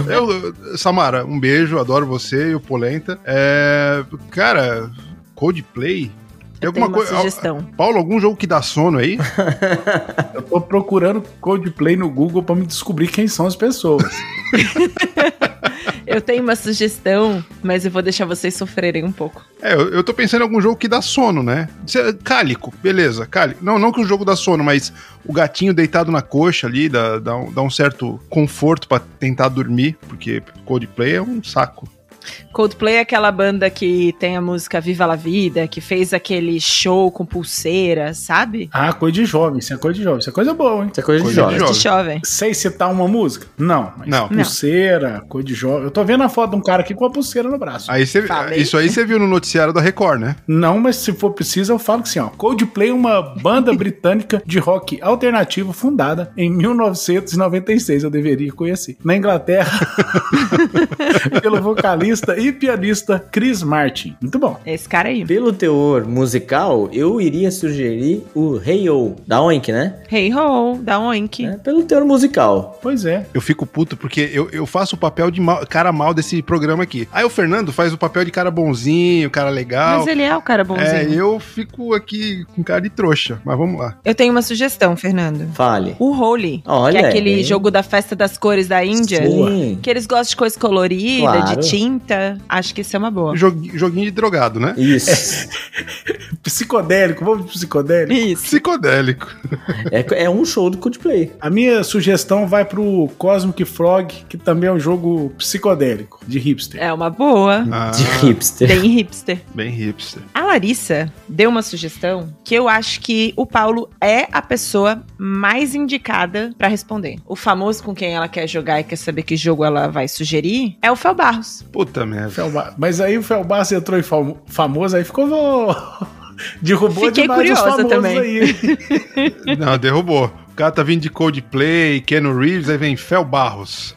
Eu, Samara, um beijo, adoro você e o Polenta. É, cara, Coldplay? Tem
Eu tenho
alguma
uma
coisa.
sugestão.
Paulo, algum jogo que dá sono aí?
Eu tô procurando Coldplay no Google pra me descobrir quem são as pessoas.
Eu tenho uma sugestão, mas eu vou deixar vocês sofrerem um pouco.
É, eu, eu tô pensando em algum jogo que dá sono, né? Cê- Cálico, beleza, cálico. Não, não que o jogo dá sono, mas o gatinho deitado na coxa ali dá, dá, um, dá um certo conforto pra tentar dormir, porque Coldplay é um saco.
Coldplay é aquela banda que tem a música Viva la Vida, que fez aquele show com pulseira, sabe?
ah, coisa de jovem, isso é coisa de jovem. Isso é coisa boa, hein?
Isso é coisa de
Coisa de
jovem.
jovem.
De jovem.
Sei citar uma música? Não. Mas
Não.
Pulseira, cor de jovem. Eu tô vendo a foto de um cara aqui com a pulseira no braço.
Aí cê,
Falei.
isso aí você viu no noticiário da Record, né?
Não, mas se for preciso, eu falo que sim, ó. Coldplay é uma banda [LAUGHS] britânica de rock alternativo fundada em 1996. Eu deveria conhecer. Na Inglaterra, [LAUGHS] pelo vocalista e pianista Chris Martin. Muito bom.
É esse cara aí.
Pelo teor musical, eu iria sugerir o Hey O, da Oink, né?
Hey ho, da Oink.
É, pelo teor musical.
Pois é.
Eu fico puto porque eu, eu faço o papel de mal- cara mal desse programa aqui. Aí o Fernando faz o papel de cara bonzinho, cara legal.
Mas ele é o cara bonzinho.
É, eu fico aqui com cara de trouxa, mas vamos lá.
Eu tenho uma sugestão, Fernando.
Fale.
O Holy,
Olha,
que é aquele
hein?
jogo da festa das cores da Índia.
Sim.
Que eles gostam de coisa colorida,
Claro.
de tinta. Acho que isso é uma boa.
Jogu- joguinho de drogado, né?
Isso.
Psicodélico, vamos de psicodélico.
Isso.
Psicodélico.
É, é um show do Coldplay.
A minha sugestão vai pro Cosmic Frog, que também é um jogo psicodélico, de hipster.
É uma boa.
Ah,
De
[LAUGHS]
hipster.
Bem hipster.
bem hipster.
A Larissa deu uma sugestão que eu acho que o Paulo é a pessoa mais indicada pra responder. O famoso com quem ela quer jogar e quer saber que jogo ela vai sugerir é o Fel Barros.
Puta merda.
Felba- Mas aí o Felbassa entrou em fam- famoso, aí ficou. vo- [LAUGHS] Derrubou
Fiquei
demais os
curiosa
famosos
também.
aí.
Não, derrubou. O cara tá vindo de Coldplay, Keanu Reeves, aí vem Fel Barros.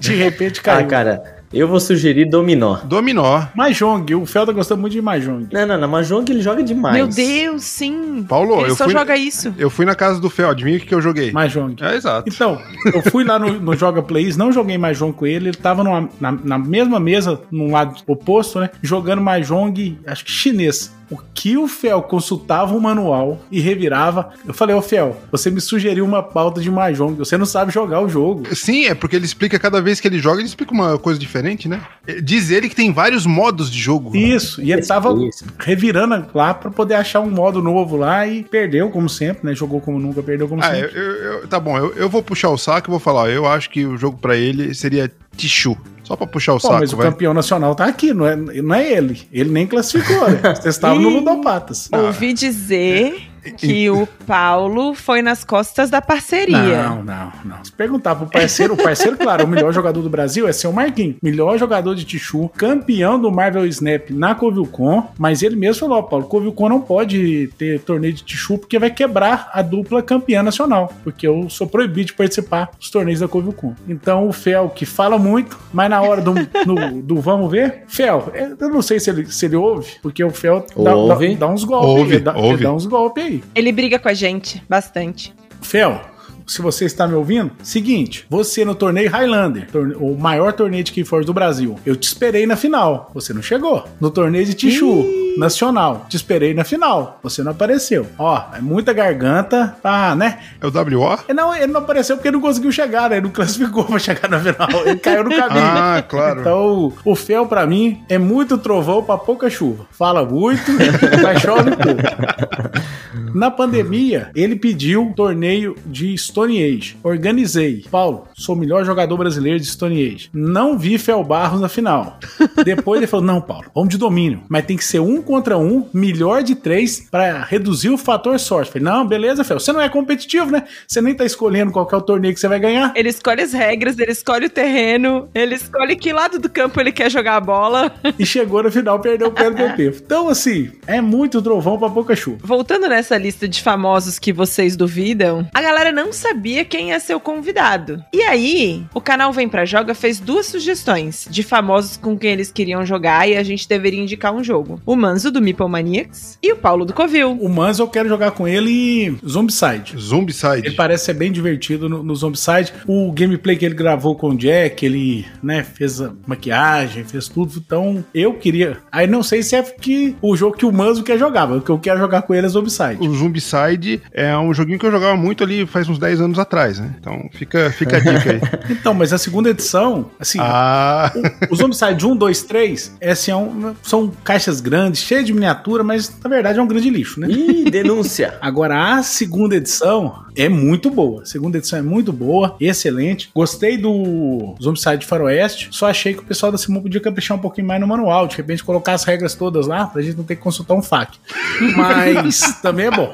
De
[LAUGHS] Ah,
repente
Cara,
caiu.
Ah, cara, eu vou sugerir Dominó.
Dominó.
Mahjong, o Felda gostou muito de Mahjong.
Não, não, não. Mahjong ele joga demais.
Meu Deus, sim.
Paulo,
Ele
eu
só
fui,
joga isso.
eu fui na casa do Fel, adivinha o que que eu joguei?
Mahjong.
É, exato.
Então, eu fui lá no, no Joga Plays, não joguei Mahjong com ele, ele tava numa- na, na mesma mesa, num lado oposto, né? Jogando Mahjong, acho que chinês. O que o Fel consultava o manual e revirava. Eu falei, ô Fel, você me sugeriu uma pauta de Mahjong, você não sabe jogar o jogo.
Sim, é porque ele explica cada vez que ele joga, ele explica uma coisa diferente, né? Diz ele que tem vários modos de jogo.
Isso, e ele tava
Isso.
revirando lá pra poder achar um modo novo lá e perdeu, como sempre, né? Jogou como nunca, perdeu como
Ah, eu,
sempre.
eu- eu- tá bom, eu, eu vou puxar o saco e vou falar. ó, Eu acho que o jogo pra ele seria Tichu. Só pra puxar o
Pô, mas
saco,
o
vai.
campeão nacional tá aqui, não é, não é ele. Ele nem classificou, né?
[LAUGHS]
Vocês estavam no
Ih.
Ludopatas.
Ah.
Ouvi dizer
É,
que o Paulo foi nas costas da parceria.
Não, não, não. Se perguntar pro parceiro, o parceiro, claro, o melhor jogador do Brasil é seu Marquinhos. Melhor jogador de Tichu, campeão do Marvel Snap na Covilcon. Mas ele mesmo falou: ó, Paulo, Covilcon não pode ter torneio de Tichu porque vai quebrar a dupla campeã nacional. Porque eu sou proibido de participar dos torneios da Covilcon. Então o Fel, que fala muito, mas na hora do, no- do vamos ver, Fel, é, eu não sei se ele, se ele ouve, porque o Fel dá,
Ouve.
dá- dá uns golpes.
Ouve,
ele dá, ele
ouve.
dá uns golpes aí.
Ele briga com a gente bastante.
Fel, se você está me ouvindo, seguinte, você no torneio Highlander, torne- o maior torneio de Keyforge do Brasil, eu te esperei na final, você não chegou. No torneio de Tichu, nacional, te esperei na final, você não apareceu. Ó, é muita garganta, ah, né?
É o WO?
E Não, ele não apareceu porque não conseguiu chegar, né? Ele não classificou pra chegar na final, ele caiu no caminho.
Ah, claro.
né? [LAUGHS] Então, o Fel, pra mim, é muito trovão pra pouca chuva. Fala muito, [LAUGHS] mas chove pouco. Na pandemia, ele pediu um torneio de Stone Age. Organizei. Paulo, sou o melhor jogador brasileiro de Stone Age. Não vi Fel Barros na final. Depois ele falou: não, Paulo, vamos de domínio. Mas tem que ser um contra um, melhor de três, pra reduzir o fator sorte. Falei, não, beleza, Fel. Você não é competitivo, né? Você nem tá escolhendo qual que é o torneio que você vai ganhar.
Ele escolhe as regras, ele escolhe o terreno, ele escolhe que lado do campo ele quer jogar a bola.
e chegou no final, perdeu
[LAUGHS]
o PLPP. Então, assim, é muito trovão pra pouca chuva.
Voltando nessa lista de famosos que vocês duvidam, a galera não sabia quem ia ser o convidado. E aí, o canal Vem Pra Joga fez duas sugestões de famosos com quem eles queriam jogar e a gente deveria indicar um jogo. O Manzo do Meeple Maniacs e o Paulo do Covil.
O Mans eu quero jogar com ele Zombicide. Ele
Zombicide.
parece ser bem divertido no, no Zombicide. O gameplay que ele gravou com o Jack, ele, né, fez a maquiagem, fez tudo. Então, eu queria. Aí não sei se é porque o jogo que o Manzo quer jogar, mas o que eu quero jogar com ele é Zombicide.
O Zombicide é um joguinho que eu jogava muito ali faz uns 10 anos atrás, né? Então fica, fica a dica aí.
[LAUGHS] Então, mas a segunda edição, assim,
ah, [LAUGHS]
O- Os Zombicide 1, 2, 3 é, assim, é um- são caixas grandes, cheias de miniatura, mas na verdade é um grande lixo, né?
Ih,
[LAUGHS]
denúncia.
Agora, a segunda edição é muito boa. A segunda edição é muito boa, excelente. Gostei do Zombicide Faroeste, só achei que o pessoal da Simon podia caprichar um pouquinho mais no manual. De repente, colocar as regras todas lá, pra gente não ter que consultar um FAQ.
[LAUGHS]
Mas também é bom.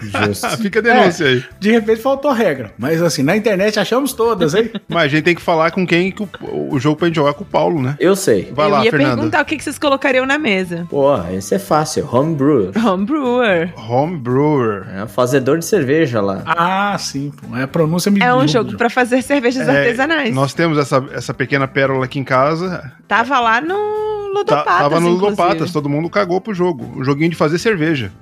Justo.
fica a denúncia aí.
De repente, faltou regra. Mas assim, na internet achamos todas,
[LAUGHS]
hein?
Mas a gente tem que falar com quem que o, o jogo pra gente jogar é com o Paulo, né?
Eu sei.
Vai
Eu
lá,
ia
Fernando.
perguntar o que que vocês colocariam na mesa.
Pô, esse é fácil. Homebrew.
Homebrewer.
Home Brewer.
É um fazedor de cerveja lá.
Ah, sim. pô, A pronúncia me
É um
me-
jogo pra fazer [LAUGHS] cervejas
É,
artesanais.
Nós temos essa, essa pequena pérola aqui em casa.
Tava lá no
Tá-
Ludopatas.
tava no
inclusive.
Ludopatas, todo mundo cagou pro jogo. O joguinho de fazer cerveja.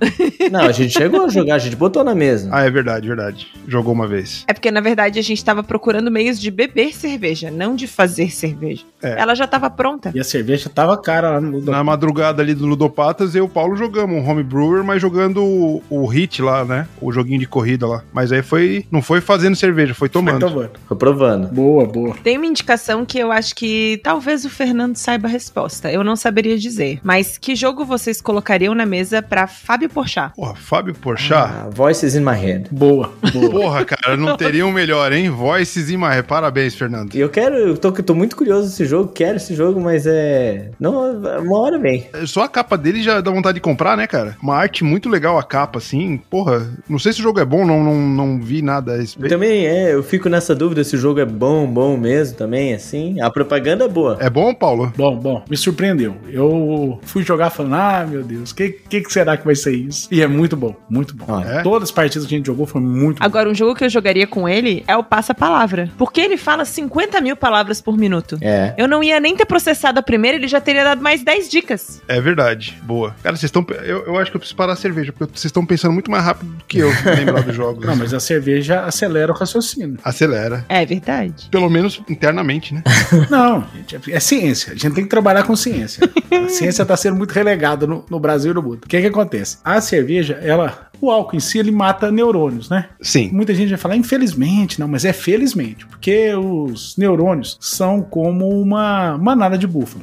Não, a gente chegou a jogar, a gente botou na mesa.
Ah, é verdade, verdade. Jogou uma vez.
É porque, na verdade, a gente tava procurando meios de beber cerveja, não de fazer cerveja.
É.
Ela já tava pronta.
E a cerveja tava cara lá no
Na madrugada ali do Ludopatas, eu e o Paulo jogamos um home brewer, mas jogando o, o hit lá, né? O joguinho de corrida lá. Mas aí foi. Não foi fazendo cerveja, foi tomando.
Então, mano.
Foi provando.
Boa, boa.
Tem uma indicação que eu acho que talvez o Fernando saiba a resposta. Eu não saberia dizer. Mas que jogo vocês colocariam na mesa pra Fábio Porchat?
Porra, Fábio Porchat.
Ah, voices in my head.
Boa, boa.
Porra, cara, não teria um melhor, hein? Voices e Maré. Parabéns, Fernando.
E eu quero, eu tô, tô muito curioso desse jogo, quero esse jogo, mas é. Não, uma hora vem.
Só a capa dele já dá vontade de comprar, né, cara? Uma arte muito legal a capa, assim. Porra, não sei se o jogo é bom, não, não, não vi nada a respeito.
Também é, eu fico nessa dúvida se o jogo é bom, bom mesmo também, assim. A propaganda é boa.
É bom, Paulo?
Bom, bom, me surpreendeu. Eu fui jogar falando, ah, meu Deus, o que, que, que será que vai ser isso? E é muito bom, muito bom.
Ah,
é?
Todas as partidas que a gente jogou foram muito boas.
Agora, um jogo que eu jogaria com ele é o Passa-Palavra. Porque ele fala 50 mil palavras por minuto.
É.
Eu não ia nem ter processado a primeira, ele já teria dado mais 10 dicas.
É verdade. Boa. Cara, vocês estão. Eu, eu acho que eu preciso parar a cerveja, porque vocês estão pensando muito mais rápido do que eu lembrar dos jogos.
Não, mas a cerveja acelera o raciocínio. [LAUGHS]
Acelera.
É
[LAUGHS]
verdade.
Pelo menos internamente, né?
Não, gente, é- é ciência. A gente tem que trabalhar com ciência. A ciência tá sendo muito relegada no, no Brasil e no mundo. O que que acontece? A cerveja, ela... O álcool em si, ele mata neurônios, né?
Sim.
Muita gente vai falar, infelizmente, não, mas é felizmente, porque os neurônios são como uma manada de búfalo.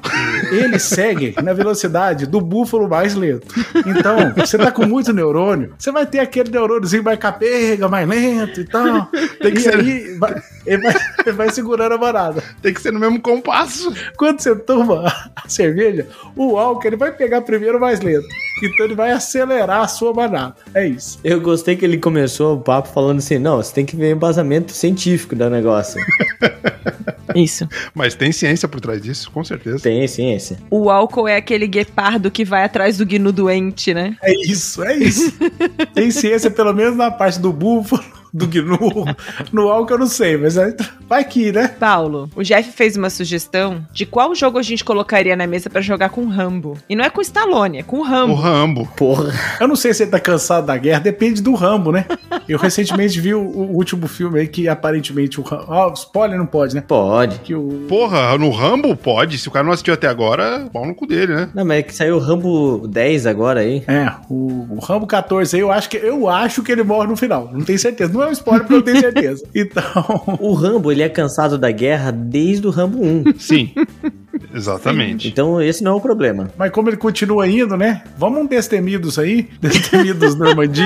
Eles seguem na velocidade do búfalo mais lento. Então, você tá com muito neurônio, você vai ter aquele neurôniozinho mais capega, mais lento e tal.
Tem que
e
ser-
aí vai, ele vai, ele vai segurando a manada.
Tem que ser no mesmo compasso.
Quando você toma a cerveja, o álcool ele vai pegar primeiro mais lento. Então ele vai acelerar a sua manada. É isso.
Eu gostei que ele começou o papo falando assim: não, você tem que ver o embasamento científico do negócio.
Isso.
Mas tem ciência por trás disso, com certeza.
tem ciência.
O álcool é aquele guepardo que vai atrás do gnu doente, né?
É isso, é isso. Tem ciência, pelo menos na parte do búfalo do GNU. No álcool eu não sei, mas aí vai aqui, né?
Paulo, o Jeff fez uma sugestão de qual jogo a gente colocaria na mesa pra jogar com o Rambo. E não é com o Stallone, é com o
O
Rambo.
Rambo.
Porra.
Eu não sei se ele tá cansado da guerra, depende do Rambo, né? Eu recentemente vi o, o último filme aí que aparentemente o Rambo. Ó, spoiler não pode, né?
Pode.
Que o.
Porra, no Rambo pode. Se o cara não assistiu até agora, pau no cu dele, né?
Não, mas é que saiu o Rambo 10 agora aí.
É, o, o Rambo 14 aí, eu acho que eu acho que ele morre no final. Não tenho certeza. Não é um spoiler, porque eu não tenho certeza. Então.
O Rambo, ele é cansado da guerra desde o Rambo 1.
Sim. Exatamente.
Então esse não é o problema.
Mas como ele continua indo, né? Vamos um destemidos aí? Destemidos Normandia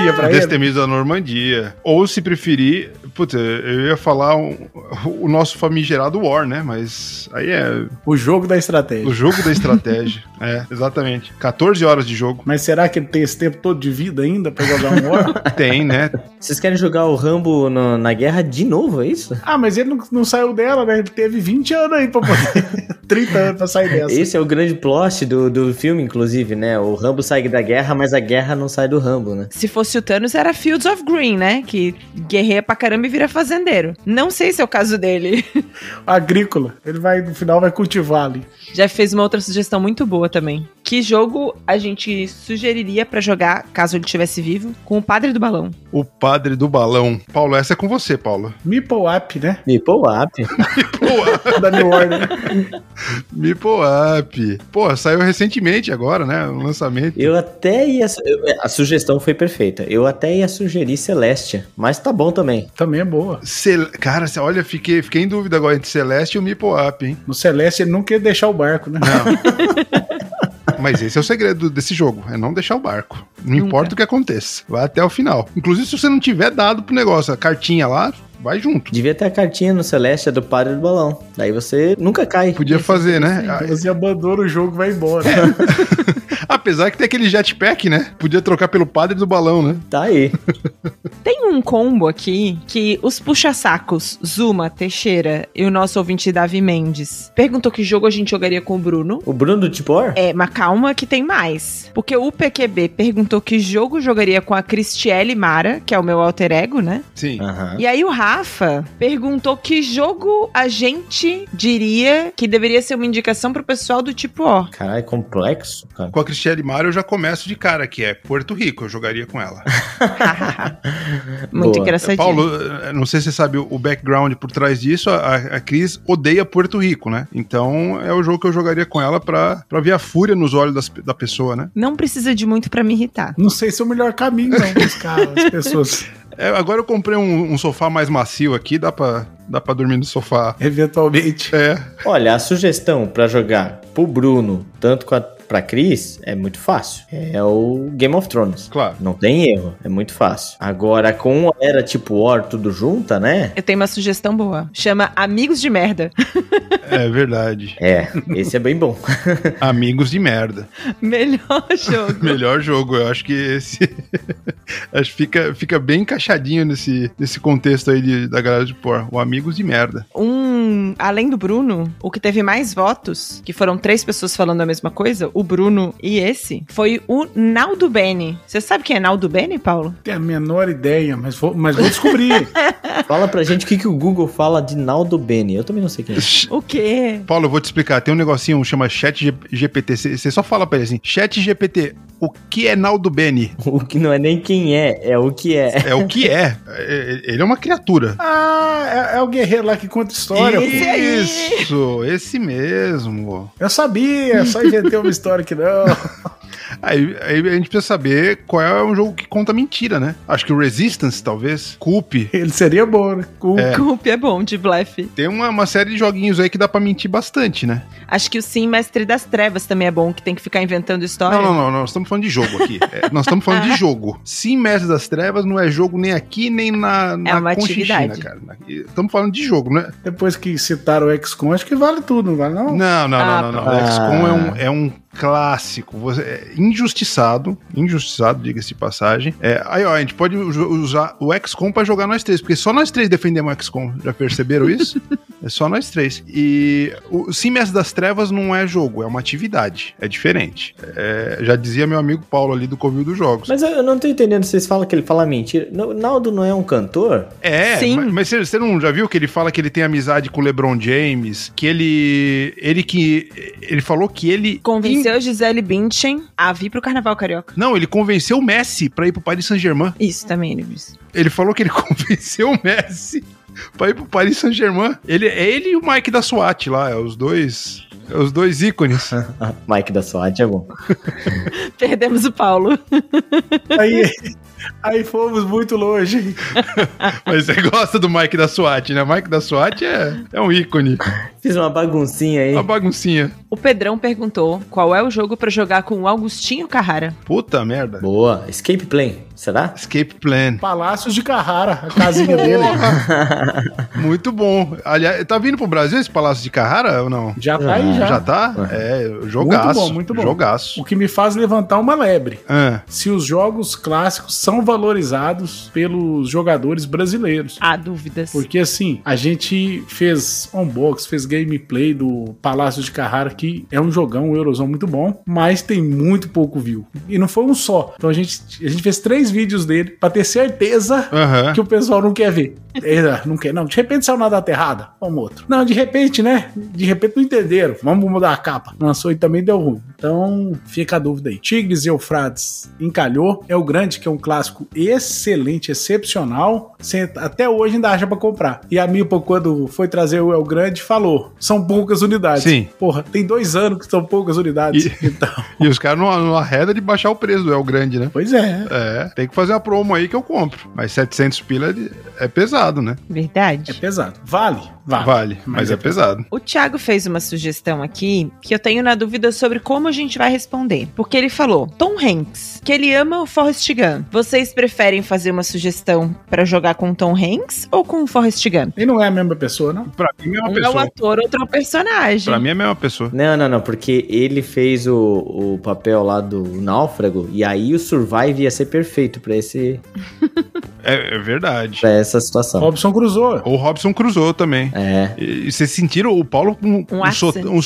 [LAUGHS]
então, pra ele?
Destemidos da Normandia. Ou, se preferir, puta, eu ia falar um- o nosso famigerado War, né? Mas aí é
O jogo da estratégia.
o jogo da estratégia. É, exatamente. 14 horas de jogo.
Mas será que ele tem esse tempo todo de vida ainda pra jogar um [LAUGHS] War?
Tem, né?
Vocês querem jogar o Rambo no- na guerra de novo, é isso?
ah, mas ele não, não saiu dela, né? Ele teve 20 anos aí pra poder. [LAUGHS] 30 anos pra sair dessa.
Esse é o grande plot do, do filme, inclusive, né? O Rambo sai da guerra, mas a guerra não sai do Rambo, né?
Se fosse o Thanos, era Fields of Green, né? Que guerreia pra caramba e vira fazendeiro. Não sei se é o caso dele. [LAUGHS]
Agrícola. Ele vai, no final, vai cultivar ali.
Já fez uma outra sugestão muito boa também. Que jogo a gente sugeriria pra jogar, caso ele estivesse vivo, com o Padre do Balão?
O padre do balão. Paulo, essa é com você, Paulo.
Meeple Up, né?
Me pull up.
Pô,
Da New Order.
Meeple Up. Pô, saiu recentemente agora, né? O lançamento.
Eu até ia. su- eu- A sugestão foi perfeita. Eu até ia sugerir Celestia, mas tá bom também.
[LAUGHS] Também é boa.
Cel- Cara, cê- olha, fiquei, fiquei em dúvida agora entre Celeste e o Meeple Up, hein?
No Celeste, ele não quer deixar o barco, né?
[LAUGHS] Mas esse é o segredo desse jogo, é não deixar o barco. Não importa o que aconteça, vai até o final. Inclusive, se você não tiver dado pro negócio, a cartinha lá, vai junto.
Devia ter a cartinha no Celestia do Padre do Balão. Daí você nunca cai.
Podia fazer, né?
Então Você abandona o jogo e vai embora.
A- Apesar que tem aquele jetpack, né? Podia trocar pelo padre do balão, né?
Tá aí.
Tem um combo aqui que os puxa-sacos Zuma, Teixeira e o nosso ouvinte Davi Mendes perguntou que jogo a gente jogaria com o Bruno.
O Bruno do Tipor?
É, mas calma que tem mais. Porque o PQB perguntou que jogo jogaria com a Cristiele Mara, que é o meu alter ego, né?
Sim.
Aham.
E aí o Rafa perguntou que jogo a gente diria que deveria ser uma indicação pro pessoal do tipo
[LAUGHS]
ó.
Caralho, é complexo, cara.
Com a Cristiane Mário eu já começo de cara, que é Porto Rico, eu jogaria com ela.
Muito
Boa.
engraçadinho.
Paulo, eh, não sei se você sabe o background por trás disso, a, a Cris odeia Porto Rico, né? Então é o jogo que eu jogaria com ela pra, pra ver a fúria nos olhos das- da pessoa, né?
Não precisa de muito pra me irritar.
Não sei se é o melhor caminho, não, buscar as pessoas.
É, agora eu comprei um, um sofá mais macio aqui, dá pra, dá pra dormir no sofá.
Eventualmente.
É,
Olha, a sugestão pra jogar pro Bruno, tanto com a, pra Cris, é muito fácil. É o Game of Thrones.
claro.
Não tem erro, é muito fácil. Agora, com a era tipo War tudo junta, né?
Eu tenho uma sugestão boa. Chama Amigos de Merda. [LAUGHS]
É verdade.
É, esse é bem [LAUGHS] bom.
[LAUGHS] Amigos de merda.
Melhor jogo.
Melhor jogo, eu acho que esse. [LAUGHS] acho que fica, fica bem encaixadinho nesse, nesse contexto aí de- da galera de por. O Amigos de [LAUGHS] merda.
Um, além do Bruno, o que teve mais votos, que foram três pessoas falando a mesma coisa, o Bruno e esse, foi o Naldo Bene. Você sabe quem é Naldo Bene, Paulo?
Tenho a menor ideia, mas vou, mas vou descobrir. [LAUGHS]
Fala pra gente o que, que o Google fala de Naldo Bene. Eu também não sei quem é.
O quê?
Paulo, eu vou te explicar. Tem um negocinho que chama Chat G- GPT. Você você só fala pra ele assim: Chat GPT, o que é Naldo Bene?
O que não é nem quem é, é o que é.
É o que é. [LAUGHS] É- Ele é uma criatura.
ah, é, é o guerreiro lá que conta história. pô.
Esse aí.
Isso, esse mesmo.
Eu sabia, só inventei uma história que não.
Aí, aí a gente precisa saber qual é um jogo que conta mentira, né? Acho que o Resistance, talvez. Coupe.
[LAUGHS] Ele seria bom, né? Com-
É. é bom de blefe.
Tem uma, uma série de joguinhos aí que dá pra mentir bastante, né?
Acho que o Sim Mestre das Trevas também é bom, que tem que ficar inventando história.
Não, não, não, não, nós estamos falando de
[LAUGHS]
jogo aqui. É, nós estamos falando de jogo. Sim, Mestre das Trevas não é jogo nem aqui, nem na, na
É uma
Conchichina,
atividade.
cara. Estamos falando de jogo, né?
Depois que citaram o XCOM, acho que vale tudo, não vale não?
Não, não, não,
Ah,
não. não.
pá.
XCOM é um, é um clássico, você, é injustiçado, injustiçado, diga-se de passagem. É, aí, ó, a gente pode u- usar o XCOM pra jogar nós três, porque só nós três defendemos o XCOM, já
[LAUGHS]
perceberam isso? é só nós três. E o Cimes das Trevas não é jogo, é uma atividade, é diferente. É, já dizia meu amigo Paulo ali do Covil dos Jogos.
Mas eu- eu não tô entendendo, vocês falam que ele fala mentira. No- Naldo não é um cantor? [LAUGHS]
É,
Sim.
mas- mas você- você não já viu que ele fala que ele tem amizade com o LeBron James, que ele ele que ele falou que ele
Convenceu Gisele Bündchen a vir pro Carnaval Carioca.
Não, ele convenceu o Messi pra ir pro Paris Saint-Germain.
Isso também, ele disse.
Ele falou que ele [LAUGHS] convenceu o Messi pra ir pro Paris Saint-Germain. Ele é ele e o Mike da SWAT lá, é os dois é os dois ícones.
É.
Ah, Mike da SWAT é bom.
[LAUGHS] Perdemos o Paulo.
Aí, [LAUGHS] aí fomos muito longe.
[LAUGHS] Mas você gosta do Mike da SWAT, né? Mike da SWAT é, é um ícone,
Fiz uma baguncinha aí.
uma baguncinha.
O Pedrão perguntou qual é o jogo pra jogar com o Augustinho Carrara.
Puta merda.
Boa. Escape Plane, será?
Escape Plan.
Palácios de Carrara,
[LAUGHS]
a casinha dele.
Muito bom. Aliás, tá vindo pro Brasil esse Palácio de Carrara ou não?
Já tá aí, já.
Já tá? É, jogaço.
Muito bom, muito bom.
Jogaço.
O que me faz levantar uma lebre.
Ah,
Se os jogos clássicos são valorizados pelos jogadores brasileiros.
Há dúvidas.
Porque assim, a gente fez unbox, fez gameplay do Palácio de Carrara, que é um jogão, um Eurozão muito bom, mas tem muito pouco view. E não foi um só. Então a gente, a gente fez três vídeos dele pra ter certeza
Aham.
que o pessoal não quer ver. É, não quer, não. De repente saiu na data errada. Vamos outro. Não, de repente, né? De repente não entenderam. Vamos mudar a capa. Lançou e também deu ruim. Então, fica a dúvida aí. Tigres e Eufrates encalhou. É o grande, que é um clássico excelente, excepcional. Cê- até hoje ainda acha pra comprar. E a Mipo, quando foi trazer o El Grande, falou: são poucas unidades.
Sim.
Porra, tem dois anos que são poucas unidades. [LAUGHS] Então,
E os caras não, não arredam de baixar o preço do El Grande, né?
pois é.
É, tem que fazer uma promo aí que eu compro. Mas 700 pila é de- é pesado, né?
É
Verdade.
pesado. Vale, vale.
Vale, mas, é, pesado.
O Thiago fez uma sugestão aqui que eu tenho na dúvida sobre como a gente vai responder. Porque ele falou: Tom Hanks, que ele ama o Forrest Gump. Vocês preferem fazer uma sugestão pra jogar com o Tom Hanks ou com o Forrest Gump?
E não é a mesma pessoa, não?
Pra mim é uma
um é o
pessoa.
ator, outro é o personagem.
Pra mim é a mesma pessoa.
Não, não, não, porque ele fez o, o papel lá do náufrago e aí o Survive ia ser perfeito pra, esse,
É, é verdade.
pra essa situação.
Robson cruzou.
Ou O Robson cruzou também.
É.
E e vocês sentiram o Paulo com um,
Um
so-
accent.
um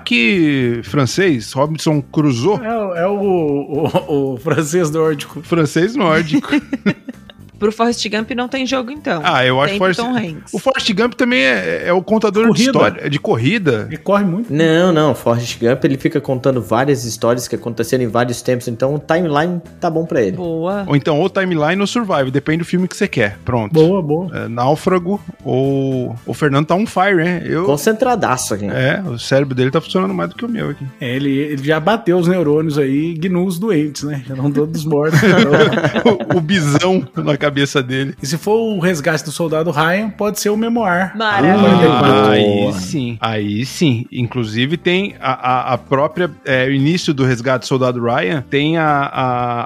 sotaque francês? Robson cruzou?
É, o- é o, o, o francês nórdico.
Francês é nórdico.
Pro Forrest Gump não tem jogo, então.
ah, eu
tem
acho que
pro
Forrest...
Tom Hanks.
O Forrest Gump também é, é o contador de
Corrida.
história, é de corrida.
Ele corre muito.
Não, não, Forrest Gump ele fica contando várias histórias que aconteceram em vários tempos, então o timeline tá bom pra ele.
Boa. [LAUGHS]
Ou então, ou timeline ou survive, depende do filme que você quer. Pronto.
Boa, boa.
É, Náufrago ou. O Fernando tá on fire, né? Eu.
Concentradaço aqui.
É, o cérebro dele tá funcionando mais do que o meu aqui. [LAUGHS]
É, ele, ele já bateu os neurônios aí, gnus doentes, né? Já não todos mortos. então.
o, o bisão na cabeça dele.
E se for o resgate do soldado Ryan, pode ser o memoir.
Maravilha.
Ah,
aí
boa.
sim. Aí sim. Inclusive tem a, a- a própria. é, o início do resgate do soldado Ryan tem a,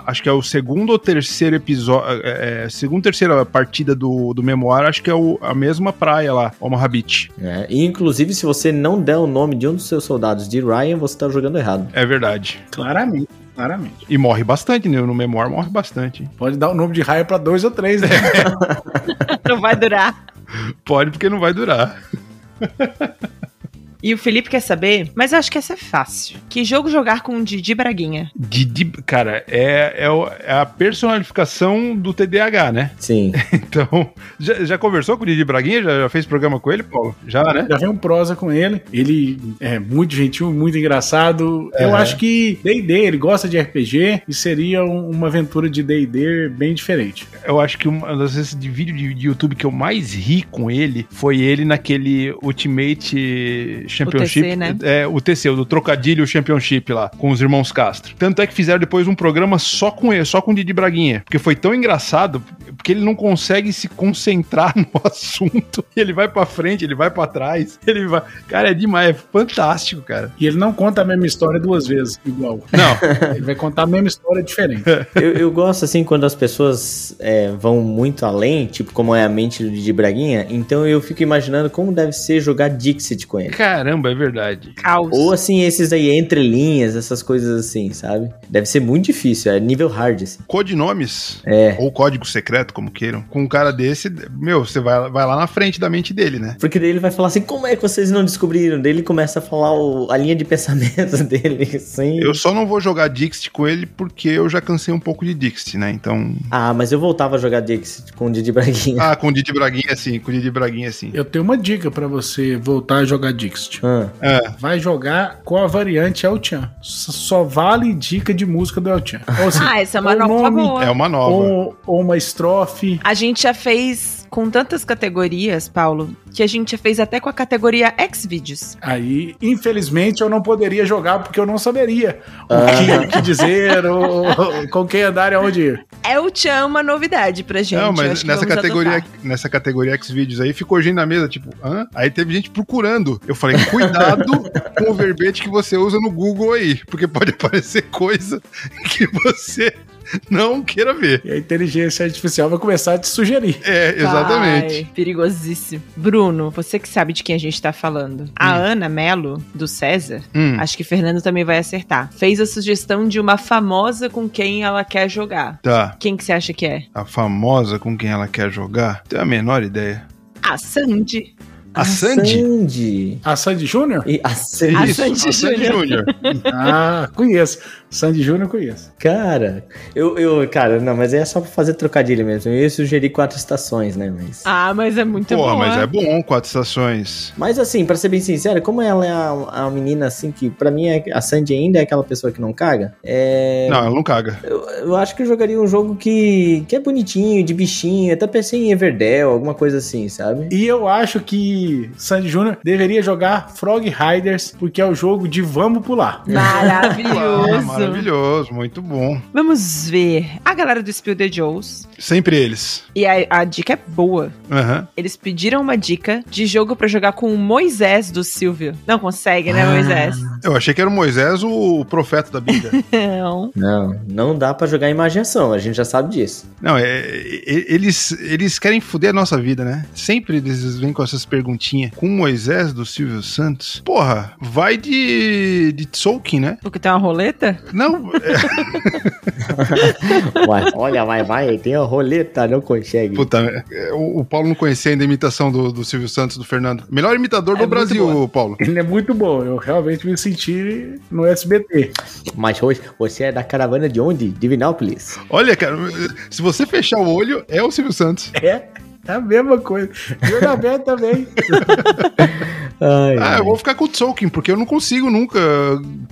a- Acho que é o segundo ou terceiro episódio. É, é, segunda ou terceira partida do, do memoir, acho que é o- a mesma praia lá, Omaha Beach.
É, e inclusive, se você não der o nome de um dos seus soldados de Ryan, você tá jogando errado.
É verdade.
Claramente, claramente.
E morre bastante, né? No memoir morre bastante.
Pode dar o nome de Ryan pra dois ou três, né?
Não vai durar.
Pode, porque não vai durar.
E o Felipe quer saber, mas eu acho que essa é fácil. Que jogo jogar com o Didi Braguinha?
Didi, cara, é, é, o- é a personificação do TDAH, né? [LAUGHS]
Sim.
Então, já, já conversou com o Didi Braguinha? Já, já fez programa com ele, Paulo? Já, né?
Já veio um prosa com ele. Ele é muito gentil, muito engraçado. Eu acho que D&D, ele gosta de RPG e seria um- uma aventura de D&D bem diferente.
Eu acho que uma das vezes de vídeo de, de YouTube que eu mais ri com ele foi ele naquele Ultimate Championship.
UTC, né?
É, o TC, o do Trocadilho Championship lá, com os irmãos Castro. Tanto é que fizeram depois um programa só com ele, só com o Didi Braguinha. Porque foi tão engraçado, porque ele não consegue se concentrar [LAUGHS] no assunto. Ele vai pra frente, ele vai pra trás, ele vai. Cara, é demais, é fantástico, cara.
E ele não conta a mesma história duas vezes, igual.
Não,
Ele vai contar a mesma história diferente.
eu, eu gosto assim quando as pessoas é, vão muito além, tipo como é a mente do Didi Braguinha, então eu fico imaginando como deve ser jogar Dixit com ele.
Caramba, é verdade.
Caos.
Ou assim, esses aí, entre linhas, essas coisas assim, sabe? Deve ser muito difícil, é nível hard, assim.
Codinomes,
É.
ou código secreto, como queiram, com um cara desse, meu, você vai, vai lá na frente da mente dele, né?
Porque daí ele vai falar assim, como é que vocês não descobriram? Daí ele começa a falar o- a linha de pensamento [LAUGHS] dele, assim.
Eu só não vou jogar Dixit com ele porque eu já cansei um pouco de Dixit, né? Então.
Ah, mas eu voltava a jogar Dixit com o Didi
É.
Braguinha.
Ah, com o Didi Braguinha sim, com o Didi Braguinha é assim. sim.
Eu tenho uma dica pra você voltar a jogar Dixit.
Ah,
É,
Vai jogar com a variante El Chan. S- Só vale dica de música do El Chan. Ou, assim,
Ah, essa é uma [LAUGHS]
o
nova
nome-
boa.
é uma nova.
ou, ou uma estrofe.
A gente já fez com tantas categorias, Paulo, que a gente já fez até com a categoria Xvideos.
Aí, infelizmente, eu não poderia jogar porque eu não saberia o que,
Ah.
o que dizer, ou, ou com quem andar e aonde ir.
É o Tchan uma novidade pra gente.
não,
eu
mas
acho que
nessa
vamos
categoria,
adotar.
nessa categoria X-Videos aí, ficou gente na mesa, tipo, hã? Aí teve gente procurando. Eu falei, cuidado
[LAUGHS]
com o verbete que você usa no Google aí, porque pode aparecer coisa [LAUGHS] que você não queira ver.
E a inteligência artificial vai começar a te sugerir.
É, exatamente.
Ai, perigosíssimo. Bruno, você que sabe de quem a gente tá falando. A Ana Melo, do César,
Hum.
acho que Fernando também vai acertar. Fez a sugestão de uma famosa com quem ela quer jogar.
Tá,
Quem que você acha que é?
a famosa com quem ela quer jogar, tenho a menor ideia.
A Sandy.
A, Sandy?
Sandy.
A
[LAUGHS]
Sandy Júnior?
E a Sandy.
A
É Isso,
Sandy
a Sandy Júnior.
Ah, conheço. Sandy Júnior eu conheço.
Cara, eu, eu, cara, não, mas é só pra fazer trocadilho mesmo. Eu ia sugerir quatro estações, né, mas...
Ah, mas é muito
Pô,
boa.
mas
[LAUGHS]
é bom, quatro estações.
Mas assim, pra ser bem sincero, como ela é a, a menina assim que, pra mim, é- a Sandy ainda é aquela pessoa que não caga, é...
Não, ela não caga.
Eu, eu acho que eu jogaria um jogo que, que é bonitinho, de bichinho, até pensei em Everdell, alguma coisa assim, sabe?
E eu acho que Sandy Júnior deveria jogar Frog Riders, porque é o jogo de vamos pular.
Ah,
Maravilhoso.
maravilhoso, muito bom.
Vamos ver. A galera do Spill the Joes.
Sempre eles.
E a, a dica é boa.
Aham.
Eles pediram uma dica de jogo pra jogar com o Moisés do Silvio. Não consegue, né,
Ah.
Moisés? [LAUGHS]
Eu achei que era o Moisés, o profeta da Bíblia.
Não.
Não, não dá pra jogar imaginação, a gente já sabe disso.
Não, é, é- eles, eles querem foder a nossa vida, né? Sempre eles vêm com essas perguntinhas. Com Moisés do Silvio Santos. Porra, vai de, de Tolkien, né?
Porque tem uma roleta?
Não, é,
Vai, [LAUGHS] olha, vai, vai, tem a roleta, não consegue.
puta, é, o, o Paulo não conhecia ainda a imitação do, do Silvio Santos, do Fernando. Melhor imitador
É
do
muito
Brasil, Paulo.
Ele é muito bom, eu realmente me senti no SBT.
Mas hoje, você é da caravana de onde? Divinópolis.
Olha, cara, se você fechar o olho, é o Silvio Santos.
É, é a mesma coisa. Jogo aberto também.
Ai,
Ah,
ai.
eu vou ficar com o Tolkien, porque eu não consigo nunca